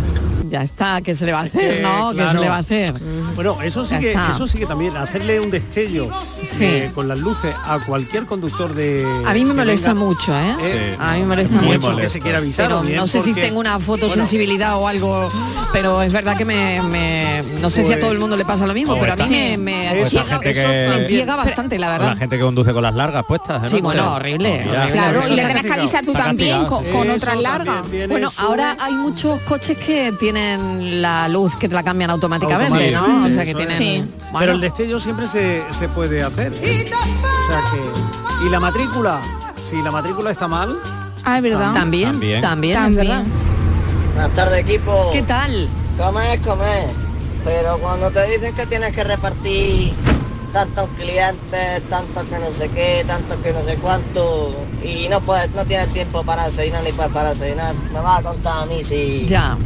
ya está, ¿qué se le va a hacer,
Eh,
no? ¿Qué
claro. Mm.
se le va a hacer?
Bueno, eso sí
Ya
que
está.
eso sí que también hacerle un destello
Sí.
eh, con las luces a cualquier conductor de
A mí me
que
molesta
venga-
mucho, ¿eh?
Sí.
A mí me molesta
Muy
mucho.
molesto. Que se quiera avisar,
Pero
o bien
no sé si
porque-
tengo una fotosensibilidad o algo, pero es verdad que me, me- no sé si a
Pues-
todo el mundo le pasa lo mismo,
O
pero a mí
esta-
pues
me, me
o esta
ciega-
gente
eso
que-
me ciega bastante, la
La
verdad.
gente que conduce con las largas puestas. ¿eh?
Sí,
No
bueno,
sé.
horrible,
Mira,
horrible. Claro,
eso
y le
está
tenés que
castigado.
avisar tú
Está
también
castigado,
con-
sí.
con otras largas.
Bueno, ahora hay muchos coches que tienen la luz que te la cambian automáticamente, ¿no? O sea que
Eso
tienen.
es.
Bueno.
Pero el destello siempre se, se puede hacer. ¿eh? O sea que- Y la matrícula, si la matrícula está mal.
Ah, es verdad.
También, También. también, es verdad.
Buenas tardes, equipo.
¿Qué tal?
Comer es comer, pero cuando te dicen que tienes que repartir tantos clientes, tantos que no sé qué, tantos que no sé cuánto, y no puedes, no tienes tiempo para desayunar ni para desayunar, me vas a contar a mí si...
Ya.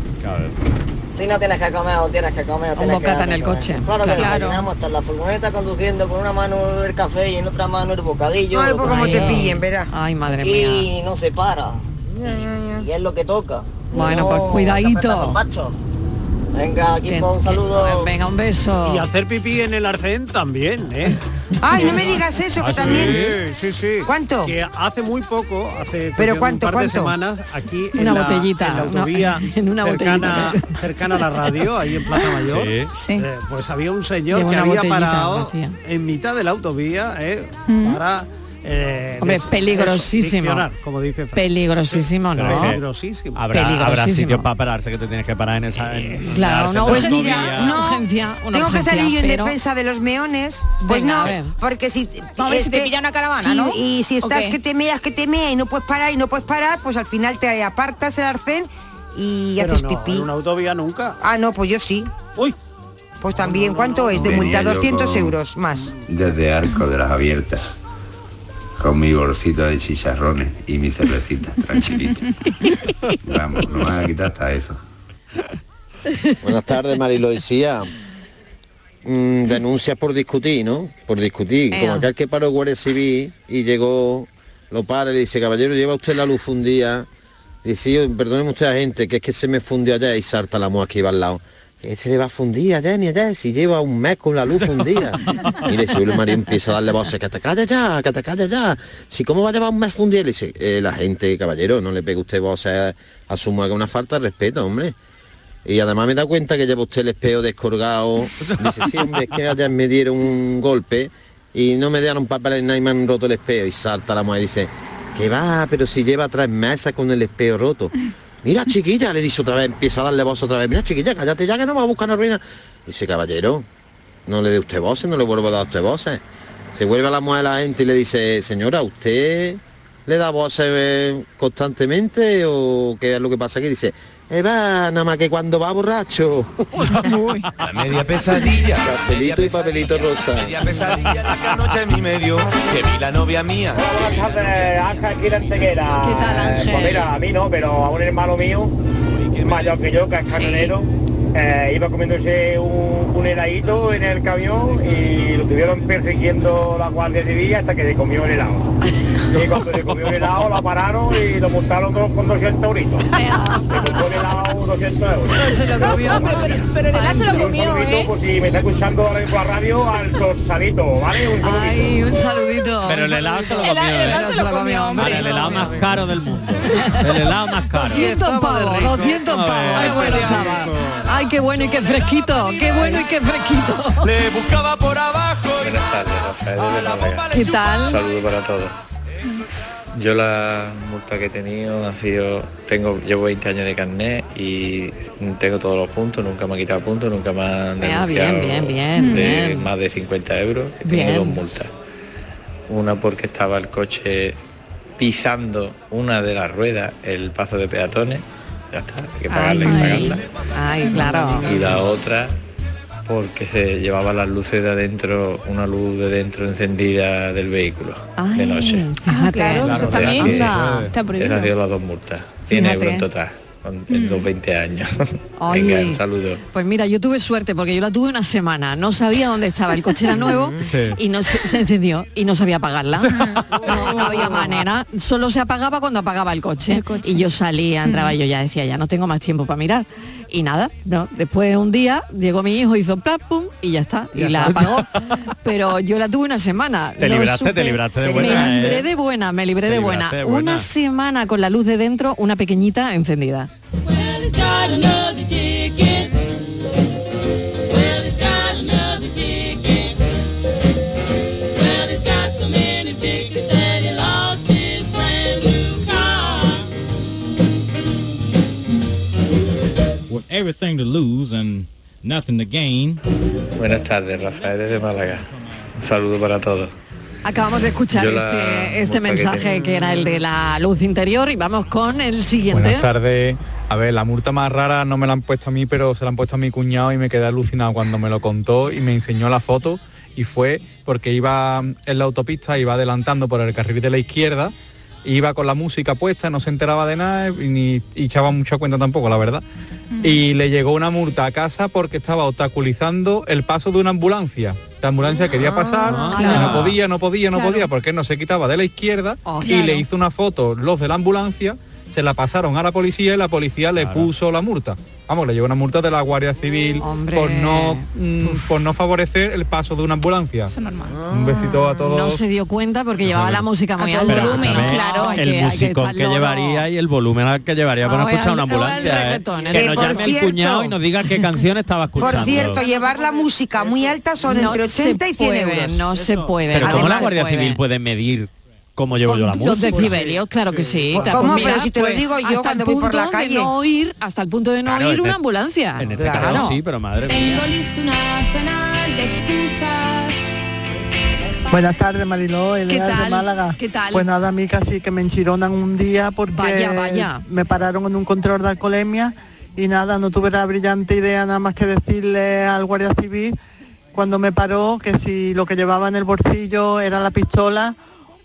Si no tienes que comer o tienes que comer o
Un
tienes que
bocata
dar de
en el
comer.
coche.
Claro que
Claro.
desayunamos, hasta la furgoneta conduciendo con una mano el café y en otra mano el bocadillo.
Ay, pues como te
Ay.
pillen, verás.
Ay, madre
Y no se para. Y es lo que toca.
Bueno,
No,
pues cuidadito.
macho. Venga,
Que-
equipo, un
que-
saludo.
Venga, un beso.
Y hacer pipí en el arcén también, ¿eh?
Ay, no me digas eso, que
Ah, sí,
también-
Sí, sí.
¿Cuánto?
Que hace muy poco, hace
Pero
cuestión de
¿cuánto,
un par de
cuánto?
semanas, aquí en
Una
la,
botellita,
en la
una-
autovía
en una
cercana,
botellita.
cercana a la radio, ahí en Plaza Mayor,
Sí.
eh, pues había un señor
Lleva
que
una
había
botellita
parado
vacía.
en mitad de la autovía eh, para... eh,
Hombre,
des-
peligrosísimo.
diccionar, como dice Fran.
Peligrosísimo,
Pero
¿no?
es que Peligrosísimo.
Habrá, habrá
Peligrosísimo.
sitios para pararse que te tienes que parar en esa. en-
Claro, pues, una
en la
urgencia,
autovía.
una urgencia, una
Tengo que
urgencia,
salir yo en
pero-
defensa de los meones. Pues
Venga,
no,
a ver.
porque si, este
A ver si te pilla una caravana, ¿no?
Y si estás
Ok.
que te meas, que te meas y no puedes parar y no puedes parar, pues al final te apartas el arcén y
Pero
haces
no,
pipí.
en una autovía nunca.
Ah, no, pues yo sí.
Uy.
Pues también, ¿cuánto es de
Venía
multa?
yo
200
con-
euros más.
desde Arco de las Abiertas, con mi bolsito de chicharrones y mi cervecita, tranquilito. Vamos, no me van a quitar hasta eso.
Buenas tardes, Mariloisía. Mm, denuncias por discutir, ¿no? Por discutir. Como aquel que paró Guardia Civil y llegó, lo para y le dice, caballero, lleva usted la luz fundida. Dice, yo, perdóneme usted, gente, que es que se me fundió allá y salta la mujer que iba al lado. Que se le va a fundir allá ni allá, si lleva un mes con la luz fundida. Y le dice, el marido empieza a darle voces, que te calla ya, que te calla ya. Si cómo va a llevar un mes fundida, le dice, "Eh, la gente, caballero, no le pegue usted voces a su mujer, que es una falta de respeto, hombre. Y además me da cuenta que lleva usted el espejo descolgado. Dice, sí, hombre, es que allá me dieron un golpe y no me dieron papel en nada y me han roto el espejo. Y salta la mujer y dice, que va, pero si lleva tres meses con el espejo roto. Mira, chiquilla, le dice otra vez, empieza a darle voz otra vez. Mira, chiquilla, cállate ya que no va a buscar una ruina. Dice, caballero, no le dé usted voces, no le vuelvo a dar usted voces. Se vuelve a la mujer a la gente y le dice, señora, ¿usted le da voces eh, constantemente o qué es lo que pasa aquí? Dice, eh, va, nada más que cuando va borracho.
La media pesadilla.
Papelito y papelito rosa.
Media pesadilla la que anoche a mí me dio, que vi la novia mía.
Buenas tardes, Ángel aquí de Antequera. ¿Qué tal, Ángel? Pues mira, a mí no, pero a un hermano mío, mayor que yo, que es camionero, eh, iba comiéndose un, un heladito en el camión y lo tuvieron persiguiendo la Guardia Civil hasta que le comió el helado. Y cuando le comió el helado, la pararon y lo montaron con, con 200 euritos. Se compró el helado 200 euros.
Pero se lo comió.
Madre mía.
Pero el helado se lo comió,
Un saludito,
¿eh?
por si me está escuchando ahora mismo la radio, al Sorsalito, ¿vale? Un saludito.
Ay, un saludito.
Pero el helado se lo comió.
El
¿eh?
helado se lo comió,
Vale,
hombre.
el helado más caro del mundo. El helado más caro.
200 pavos, 200
A ver,
pavos. Qué bueno, chaval. Ay, qué bueno y qué fresquito. Qué bueno y qué fresquito.
Le buscaba por abajo.
Buenas tardes, Rafael de Málaga.
¿Qué tal?
Un saludo para todos. Yo la multa que he tenido ha sido, tengo, llevo 20 años de carnet y tengo todos los puntos, nunca me han quitado puntos, nunca me han
Ah, bien,
denunciado
bien, bien,
de
bien.
más de 50 euros. He tenido
Bien.
dos multas. Una porque estaba el coche pisando una de las ruedas, el paso de peatones, ya está, hay que pagarla, hay que pagarla
Ay, claro.
y la otra porque se llevaba las luces de adentro, una luz de dentro encendida del vehículo
Ay, ah,
de noche.
fíjate.
Ah, claro, eso
O sea
también
que
está,
Esas han sido
prohibido.
las dos multas. 100
Fíjate.
euros en total, con- en los 20 años.
Oye.
Venga, un saludo.
Pues mira, yo tuve suerte porque yo la tuve una semana. No sabía dónde estaba. El coche era nuevo
Sí.
y no se, se encendió y no sabía apagarla. No, no había manera. Solo se apagaba cuando apagaba el coche. Y yo salía, entraba y yo ya decía, ya no tengo más tiempo para mirar. Y nada, no. Después un día llegó mi hijo, hizo plap, pum, y ya está. Y
Ya
la
está.
apagó. Pero yo la tuve una semana.
Te
No
libraste,
supe-
te libraste de
Me
buena, ¿eh?
libré de buena, me libré
Te
de buena.
libraste de buena.
Una semana con la luz de dentro, una pequeñita encendida.
With everything to lose and nothing to gain.
Buenas tardes, Rafael desde Málaga. Un saludo para todos.
Acabamos de escuchar
Yo la
este,
multa que
este mensaje
tengo.
que era el de la luz interior y vamos con el siguiente.
Buenas tardes. A ver, la multa más rara no me la han puesto a mí, pero se la han puesto a mi cuñado y me quedé alucinado cuando me lo contó y me enseñó la foto y fue porque iba en la autopista, iba adelantando por el carril de la izquierda, iba con la música puesta, no se enteraba de nada y, ni, y echaba mucha cuenta tampoco, la verdad. Y le llegó una multa a casa porque estaba obstaculizando el paso de una ambulancia. La ambulancia quería pasar, y no podía, no podía, no podía, porque no se quitaba de la izquierda y
claro.
le hizo una foto los de la ambulancia, se la pasaron a la policía y la policía le puso la multa. Vamos, le llevó una multa de la Guardia Civil por no mm, por no favorecer el paso de una ambulancia. Un besito a todos.
No se dio cuenta porque llevaba la música muy alta.
Pero escúchame, el musicón que, llevaría y el volumen al que llevaría para
Ahora
escuchar una
el- ahora el
ambulancia. ¿eh?
reggaetón, ¿eh?
Que
Que
nos
por
llame el
cierto-
cuñado y nos diga qué canción estaba
Por
escuchando.
cierto, llevar la música muy alta son
No
entre
se
80 y 100
puede,
euros.
no se puede.
Pero ¿cómo la
Además,
Guardia
puede.
Civil puede medir cómo llevo yo la música?
Los decibelios, claro que sí.
Pues,
Claro,
¿cómo?
pues mira,
Pero si te
lo
pues,
digo yo
hasta
cuando
el
voy por la
punto de
calle.
no ir, hasta el punto de no
Claro,
ir
en
una
este-
ambulancia.
En este caso sí, pero madre mía.
listo un arsenal de excusas.
Buenas tardes, Mariló, Elena
¿Qué
de
tal?
Málaga.
¿Qué tal?
Pues nada, a mí casi que me enchironan un día porque
Vaya, vaya.
me pararon en un control de alcoholemia y nada, no tuve la brillante idea nada más que decirle al guardia civil cuando me paró que si lo que llevaba en el bolsillo era la pistola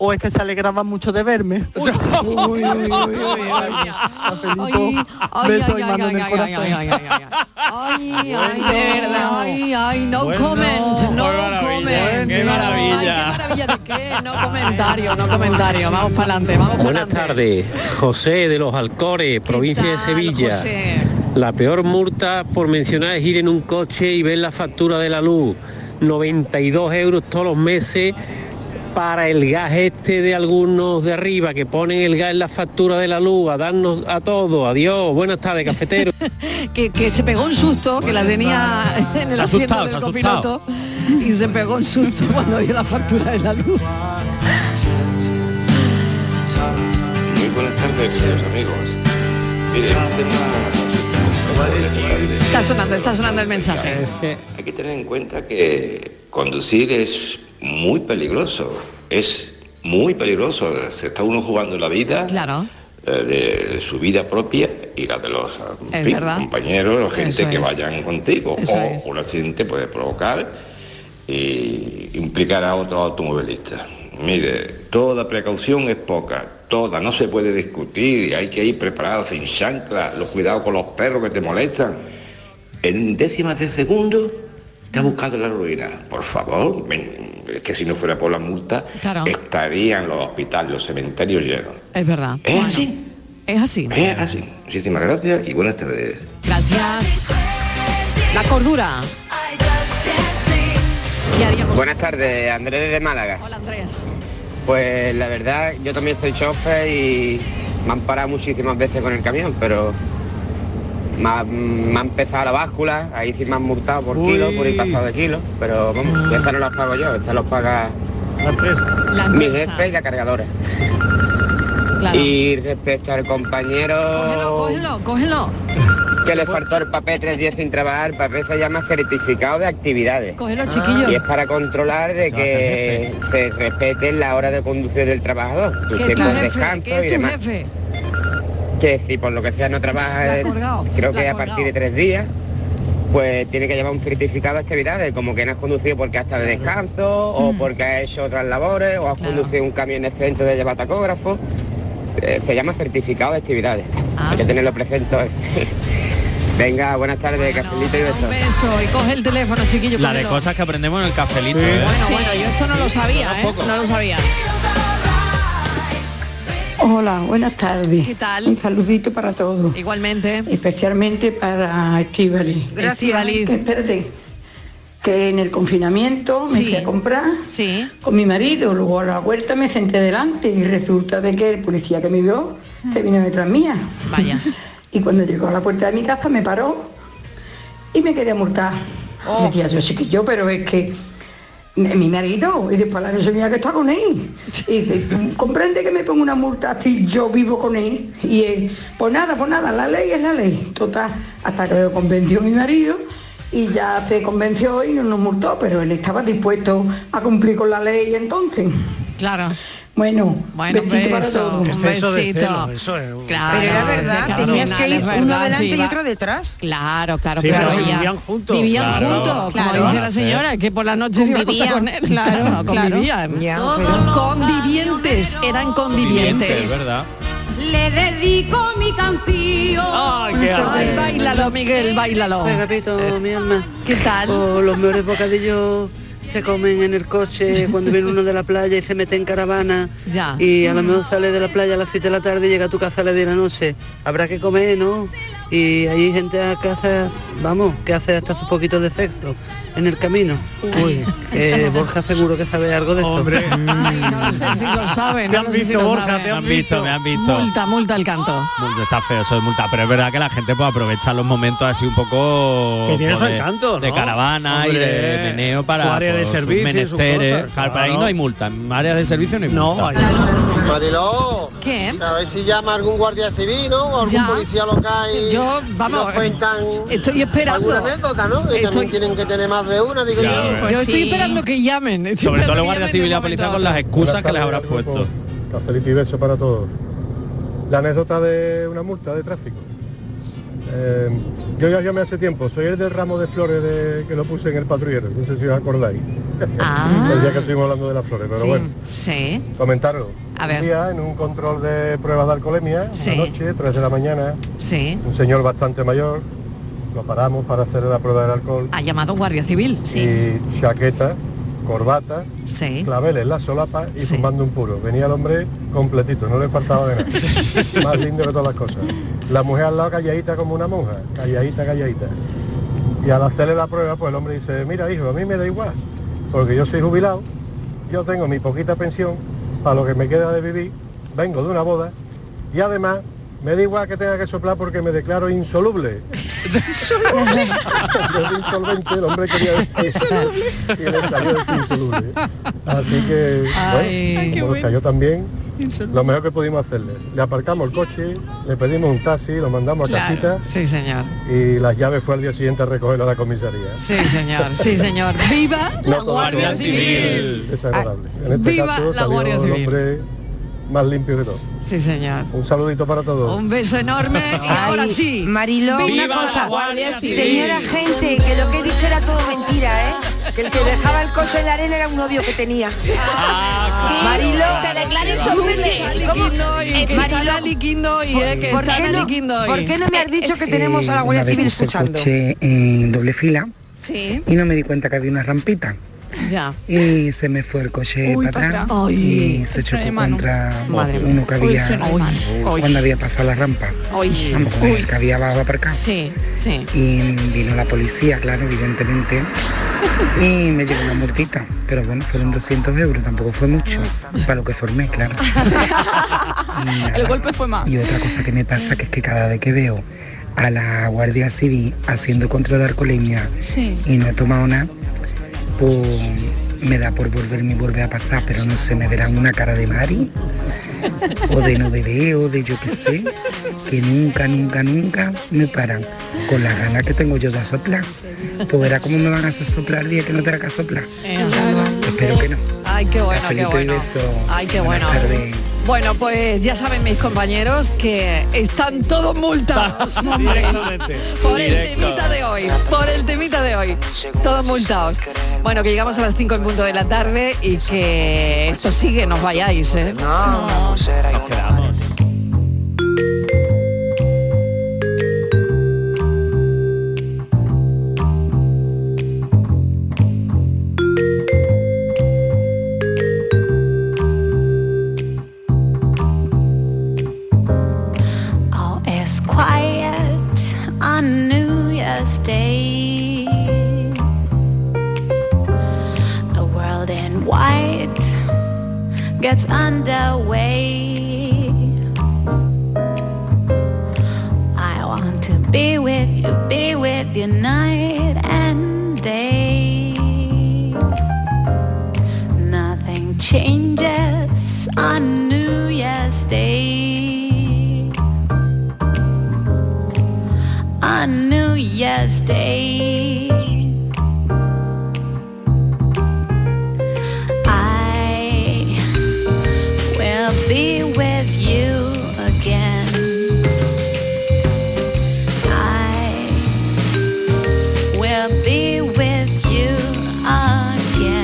o es que se alegraba mucho de verme. Uy, uy, uy, uy, ay, a Felipo, beso y mano en el corazón.
Ay, ay, ay, ay, no comment, no comment.
¡Qué maravilla!
No comentario, no comentario. Vamos para adelante, vamos para
Buenas tardes, José de los Alcores, provincia de Sevilla.
José?
La peor multa por mencionar es ir en un coche y ver la factura de la luz. 92 euros todos los meses para el gas este de algunos de arriba que ponen el gas en la factura de la luz a darnos a todos. Adiós, buenas tardes, cafetero.
que, que se pegó un susto, que la tenía en el
Se ha
asiento
asustado,
del
se ha asustado.
copiloto y se pegó un susto cuando vio la factura de la luz.
Muy buenas tardes, queridos amigos. Mire,
Está sonando, está sonando el mensaje.
Hay que tener en cuenta que conducir es muy peligroso. Es muy peligroso. Se está uno jugando la vida,
Claro,
eh, de su vida propia y la de los ah, en
Es
fin,
verdad.
compañeros o gente
Eso
que
es.
vayan contigo.
Eso
o
es.
un accidente puede provocar y implicar a otros automovilistas. Mire, toda precaución es poca, toda, no se puede discutir, hay que ir preparado sin chancla, los cuidados con los perros que te molestan. En décimas de segundo te ha buscado la ruina. Por favor, ven, es que si no fuera por la multa,
Claro.
estarían los hospitales, los cementerios llenos.
Es verdad.
¿Es
Bueno,
así?
Es así.
Es así. Muchísimas gracias y buenas tardes.
Gracias. La cordura. ¿Qué haríamos?
Buenas tardes, Andrés desde Málaga.
Hola Andrés.
Pues la verdad, yo también soy chofer y me han parado muchísimas veces con el camión, pero me ha, me ha empezado la báscula, ahí sí me han multado por kilo, por ir pasado de kilo, pero vamos, esa no la pago yo, esa los paga mi jefe y la cargadora.
Claro.
Y respecto al compañero
Cógelo, cógelo,
que le faltó el papel tres días sin trabajar, el papel se llama certificado de actividades.
cógelo chiquillo.
Ah, Y es para controlar de que se respete la hora de conducir del trabajador, sus
¿Qué es tu
tiempos de
jefe?
descanso
¿Qué
y
es tu
demás.
jefe?
Que si por lo que sea no
La
trabaja,
ha
eh,
colgado,
creo
la ha
que a
colgado.
partir de tres días, pues tiene que llevar un certificado de actividades, como que no has conducido porque has estado de descanso,
Hmm.
o porque has hecho otras labores, o has conducido un camión exento de llevar tacógrafo. Eh, se llama certificado de actividades.
Ah.
Hay que tenerlo presente hoy. Venga, buenas tardes, cafelito y besos.
Eso, y coge el teléfono, chiquillo.
La de
cógelo.
cosas que aprendemos en el cafelito. ¿eh?
Bueno, bueno, yo esto no lo sabía, ¿eh? No lo sabía.
Hola, buenas tardes. ¿Qué
tal?
Un saludito para todos.
Igualmente.
Especialmente para Estivali.
Gracias. Estíbaliz.
Que, espérate, que en el confinamiento me fui a comprar con mi marido, luego a la huerta me senté delante y resulta de que el policía que me vio se vino detrás mía.
Vaya.
Y cuando llegó a la puerta de mi casa me paró y me quería multar.
Oh.
Me decía yo chiquillo, pero es que mi mi marido, y después la noche mía que está con él. Y dice, "Tú comprende que me pongo una multa si yo vivo con él. Y él, pues nada, pues nada, la ley es la ley. Total, hasta que lo convenció mi marido y ya se convenció y no nos multó, pero él estaba dispuesto a cumplir con la ley entonces.
Claro.
Bueno,
Bueno, un
besito para
beso,
todos.
un besito. Claro,
Pero era verdad,
ese
tenías
cabrón,
que ir
es
uno delante y
va-
otro detrás.
Claro, claro,
Sí,
claro.
pero si
ya-
vivían juntos.
Vivían
Claro.
juntos,
Claro.
como dice la señora, que por las noches iba a comer con él.
Claro, claro.
convivían.
Ya,
Todos los convivientes, eran
Vivientes,
convivientes.
¿verdad?
Le dedico mi canción. Ay,
Ay, bailalo, Miguel, bailalo.
Pepito, mi alma.
¿Qué tal?
los mejores bocadillos se comen en el coche cuando viene uno de la playa y se mete en caravana.
Ya.
Y a lo mejor sale de la playa a las 7 de la tarde y llega a tu casa a las 10 de la noche. Habrá que comer, ¿no? Y hay gente que hace, vamos, que hace hasta sus poquitos de sexo en el camino. Eh, Borja seguro que sabe algo de eso.
No sé si lo saben. no lo sé si lo saben.
me han visto, me han visto.
Multa, multa al canto.
Multa, Está feo eso de multa, pero es verdad que la gente puede aprovechar los momentos así un poco
Que tiene
pues,
su
de-
encanto,
de
¿no?
caravana y de
Hombre,
meneo para
su área de
pues, sus
servicio y sus
menesteres.
cosas,
Claro, para ahí no
claro.
hay multa, en áreas de servicio no hay multa.
Mariló, a ver si llama algún guardia civil, ¿no? O algún
Ya.
policía local y
Yo, vamos,
nos cuentan
Estoy esperando.
alguna anécdota, ¿no? Que
Estoy-
también tienen que tener más de una, digo
Ya,
yo. pues
a
Yo
ver.
Pues
estoy
Sí.
esperando que llamen. estoy
Sobre todo
esperando
los
que
guardias
llamen de un
civiles y la
este momento
policía
a
con las
otro.
excusas que les habrás puesto.
Cafelito y beso para todos. La anécdota de una multa de tráfico. Eh, yo ya llamé hace tiempo, soy el del ramo de flores de- que lo puse en el patrullero, no sé si os acordáis. El día que estuvimos hablando de las flores, pero Sí. bueno.
Ah. Sí.
Comentaros.
A ver.
Un día en un control de pruebas de alcoholemia,
Sí.
una noche, 3 de la mañana,
Sí.
un señor bastante mayor, lo paramos para hacer la prueba del alcohol.
Ha llamado guardia civil.
Y chaqueta, corbata, claveles en la solapa y fumando un puro. Venía el hombre completito, no le faltaba de nada. Más lindo que todas las cosas. La mujer al lado calladita como una monja, calladita, calladita. Y al hacerle la prueba, pues el hombre dice, mira hijo, a mí me da igual, porque yo soy jubilado, yo tengo mi poquita pensión, para lo que me queda de vivir, vengo de una boda, y además me da igual que tenga que soplar porque me declaro insoluble. Desde insolvente, el hombre quería decir. Y le salió de insoluble. Así que,
Ay. Ay,
bueno,
qué
como
bueno.
cayó también, lo mejor que pudimos hacerle. Le aparcamos el coche, le pedimos un taxi, lo mandamos a
Claro,
casita.
Sí, señor.
Y las llaves fue al día siguiente a recogerlo a la comisaría.
Sí, señor. Sí, señor. Viva la
No,
Guardia Civil. Ah,
Desagradable. En este
Viva
caso,
la
salió
Guardia
el
Civil.
hombre más limpio que todo.
Sí, señor.
Un saludito para todos.
Un beso enorme y ahora sí.
Mariló, una
Viva la
cosa,
Guardia Civil.
señora gente, que lo que he dicho era todo mentira, ¿eh? Que el que dejaba el coche en la arena era un novio que tenía.
Ah,
Mariló,
Te declaro insoluble.
¿Cómo? Eh,
Y que
Mariló,
está liquindo y eh, que
¿por
está
qué no-
liquindo.
por qué no me has dicho que tenemos a la Guardia
una vez
Civil
puse el
escuchando?
coche en doble fila
Sí.
y no me di cuenta que había una rampita.
Ya.
y se me fue el coche
Uy,
para
pa'
atrás
atrás.
y
Ay,
se
el freno de
chocó
mano.
contra
Madre
uno
mía.
que
Uy, el
había
freno de mano. Uy.
cuando había pasado la rampa
Oye,
Vamos, con el que había abajo aparcado
sí, sí.
y vino la policía claro evidentemente y me llegó una multita pero bueno fueron 200 euros tampoco fue mucho para lo que formé claro
El golpe fue más.
Y otra cosa que me pasa que es que cada vez que veo a la Guardia Civil haciendo control de alcoholemia
Sí.
y no he tomado nada, pues me da por volverme y volver a pasar, pero no sé, me verán una cara de Mari o de no bebé o de yo qué sé, que nunca, nunca, nunca me paran con las ganas que tengo yo de soplar. Pues verá cómo me van a hacer soplar el día que no tenga que soplar. Espero que no.
Ay, qué bueno, qué
Cafelito y
bueno.
beso.
Ay, qué bueno.
Buenas tardes.
Bueno, pues ya saben mis compañeros que están todos multados. hombre. Por el temita de hoy, por el temita de hoy. Todos multados. Bueno, que llegamos a las 5 en punto de la tarde y que esto sigue, nos vayáis, ¿eh? No.
Nos quedamos.
All is quiet on New Year's Day. A world in white gets underway. I want to be with you, be with you night and day. Nothing changes on New Year's Day on New Year's Day. I will be with you again. I will be with you again.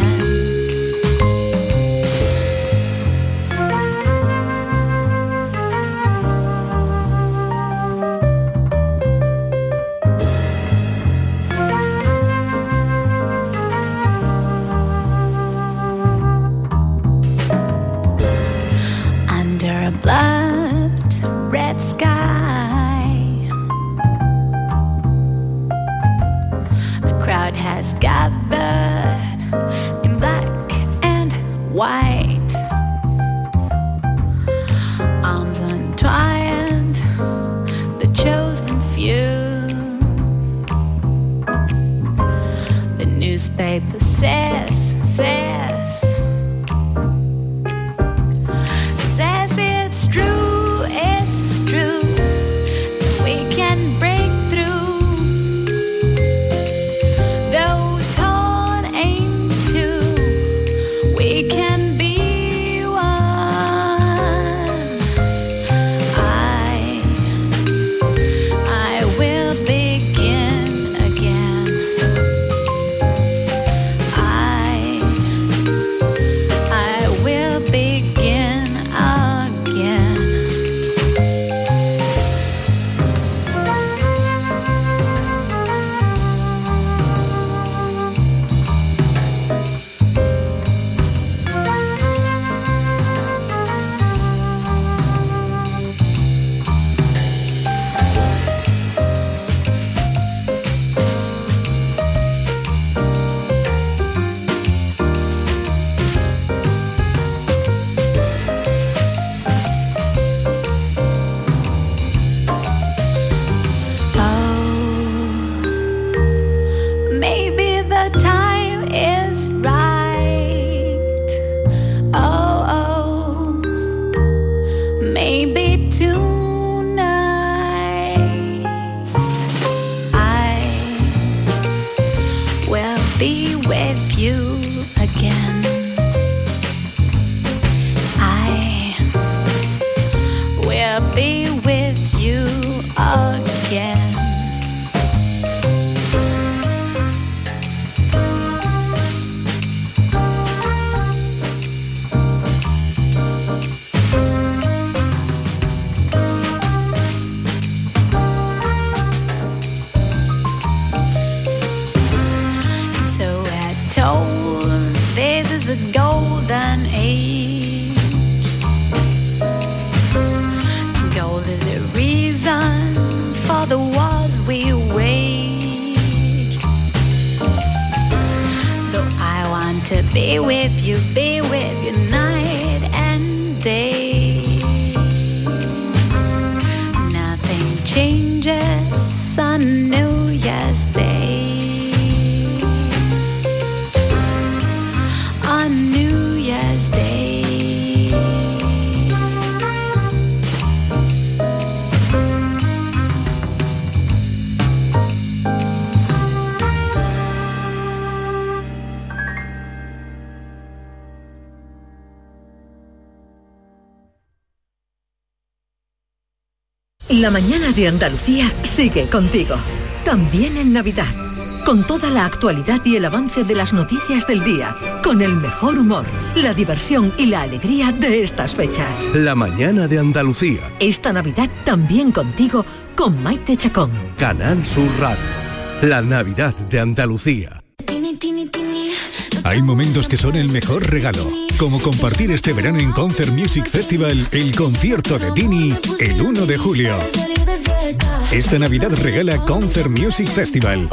under a blood red sky. A crowd has gathered in black and white, arms entwined, the chosen few. The newspaper says, says says it's true, it's true. We can break through. Though torn in two, we can be Oh,
La mañana de Andalucía sigue contigo, también en Navidad, con toda la actualidad y el avance de las noticias del día, con el mejor humor, la diversión y la alegría de estas fechas.
La mañana de Andalucía.
Esta Navidad también contigo, con Maite Chacón.
Canal Sur Radio. La Navidad de Andalucía.
Hay momentos que son el mejor regalo, como compartir este verano en Concert Music Festival el concierto de Tini el 1 de julio. Esta Navidad regala Concert Music Festival.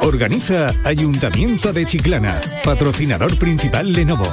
Organiza Ayuntamiento de Chiclana, patrocinador principal Lenovo.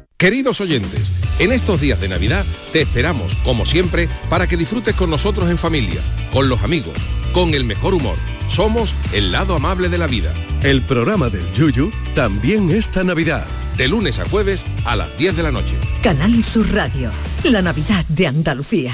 Queridos oyentes, en estos días de Navidad te esperamos, como siempre, para que disfrutes con nosotros en familia, con los amigos, con el mejor humor. Somos el lado amable de la vida.
El programa del Yuyu también esta Navidad.
De lunes a jueves a las 10 de la noche.
Canal Sur Radio, la Navidad de Andalucía.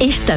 Esta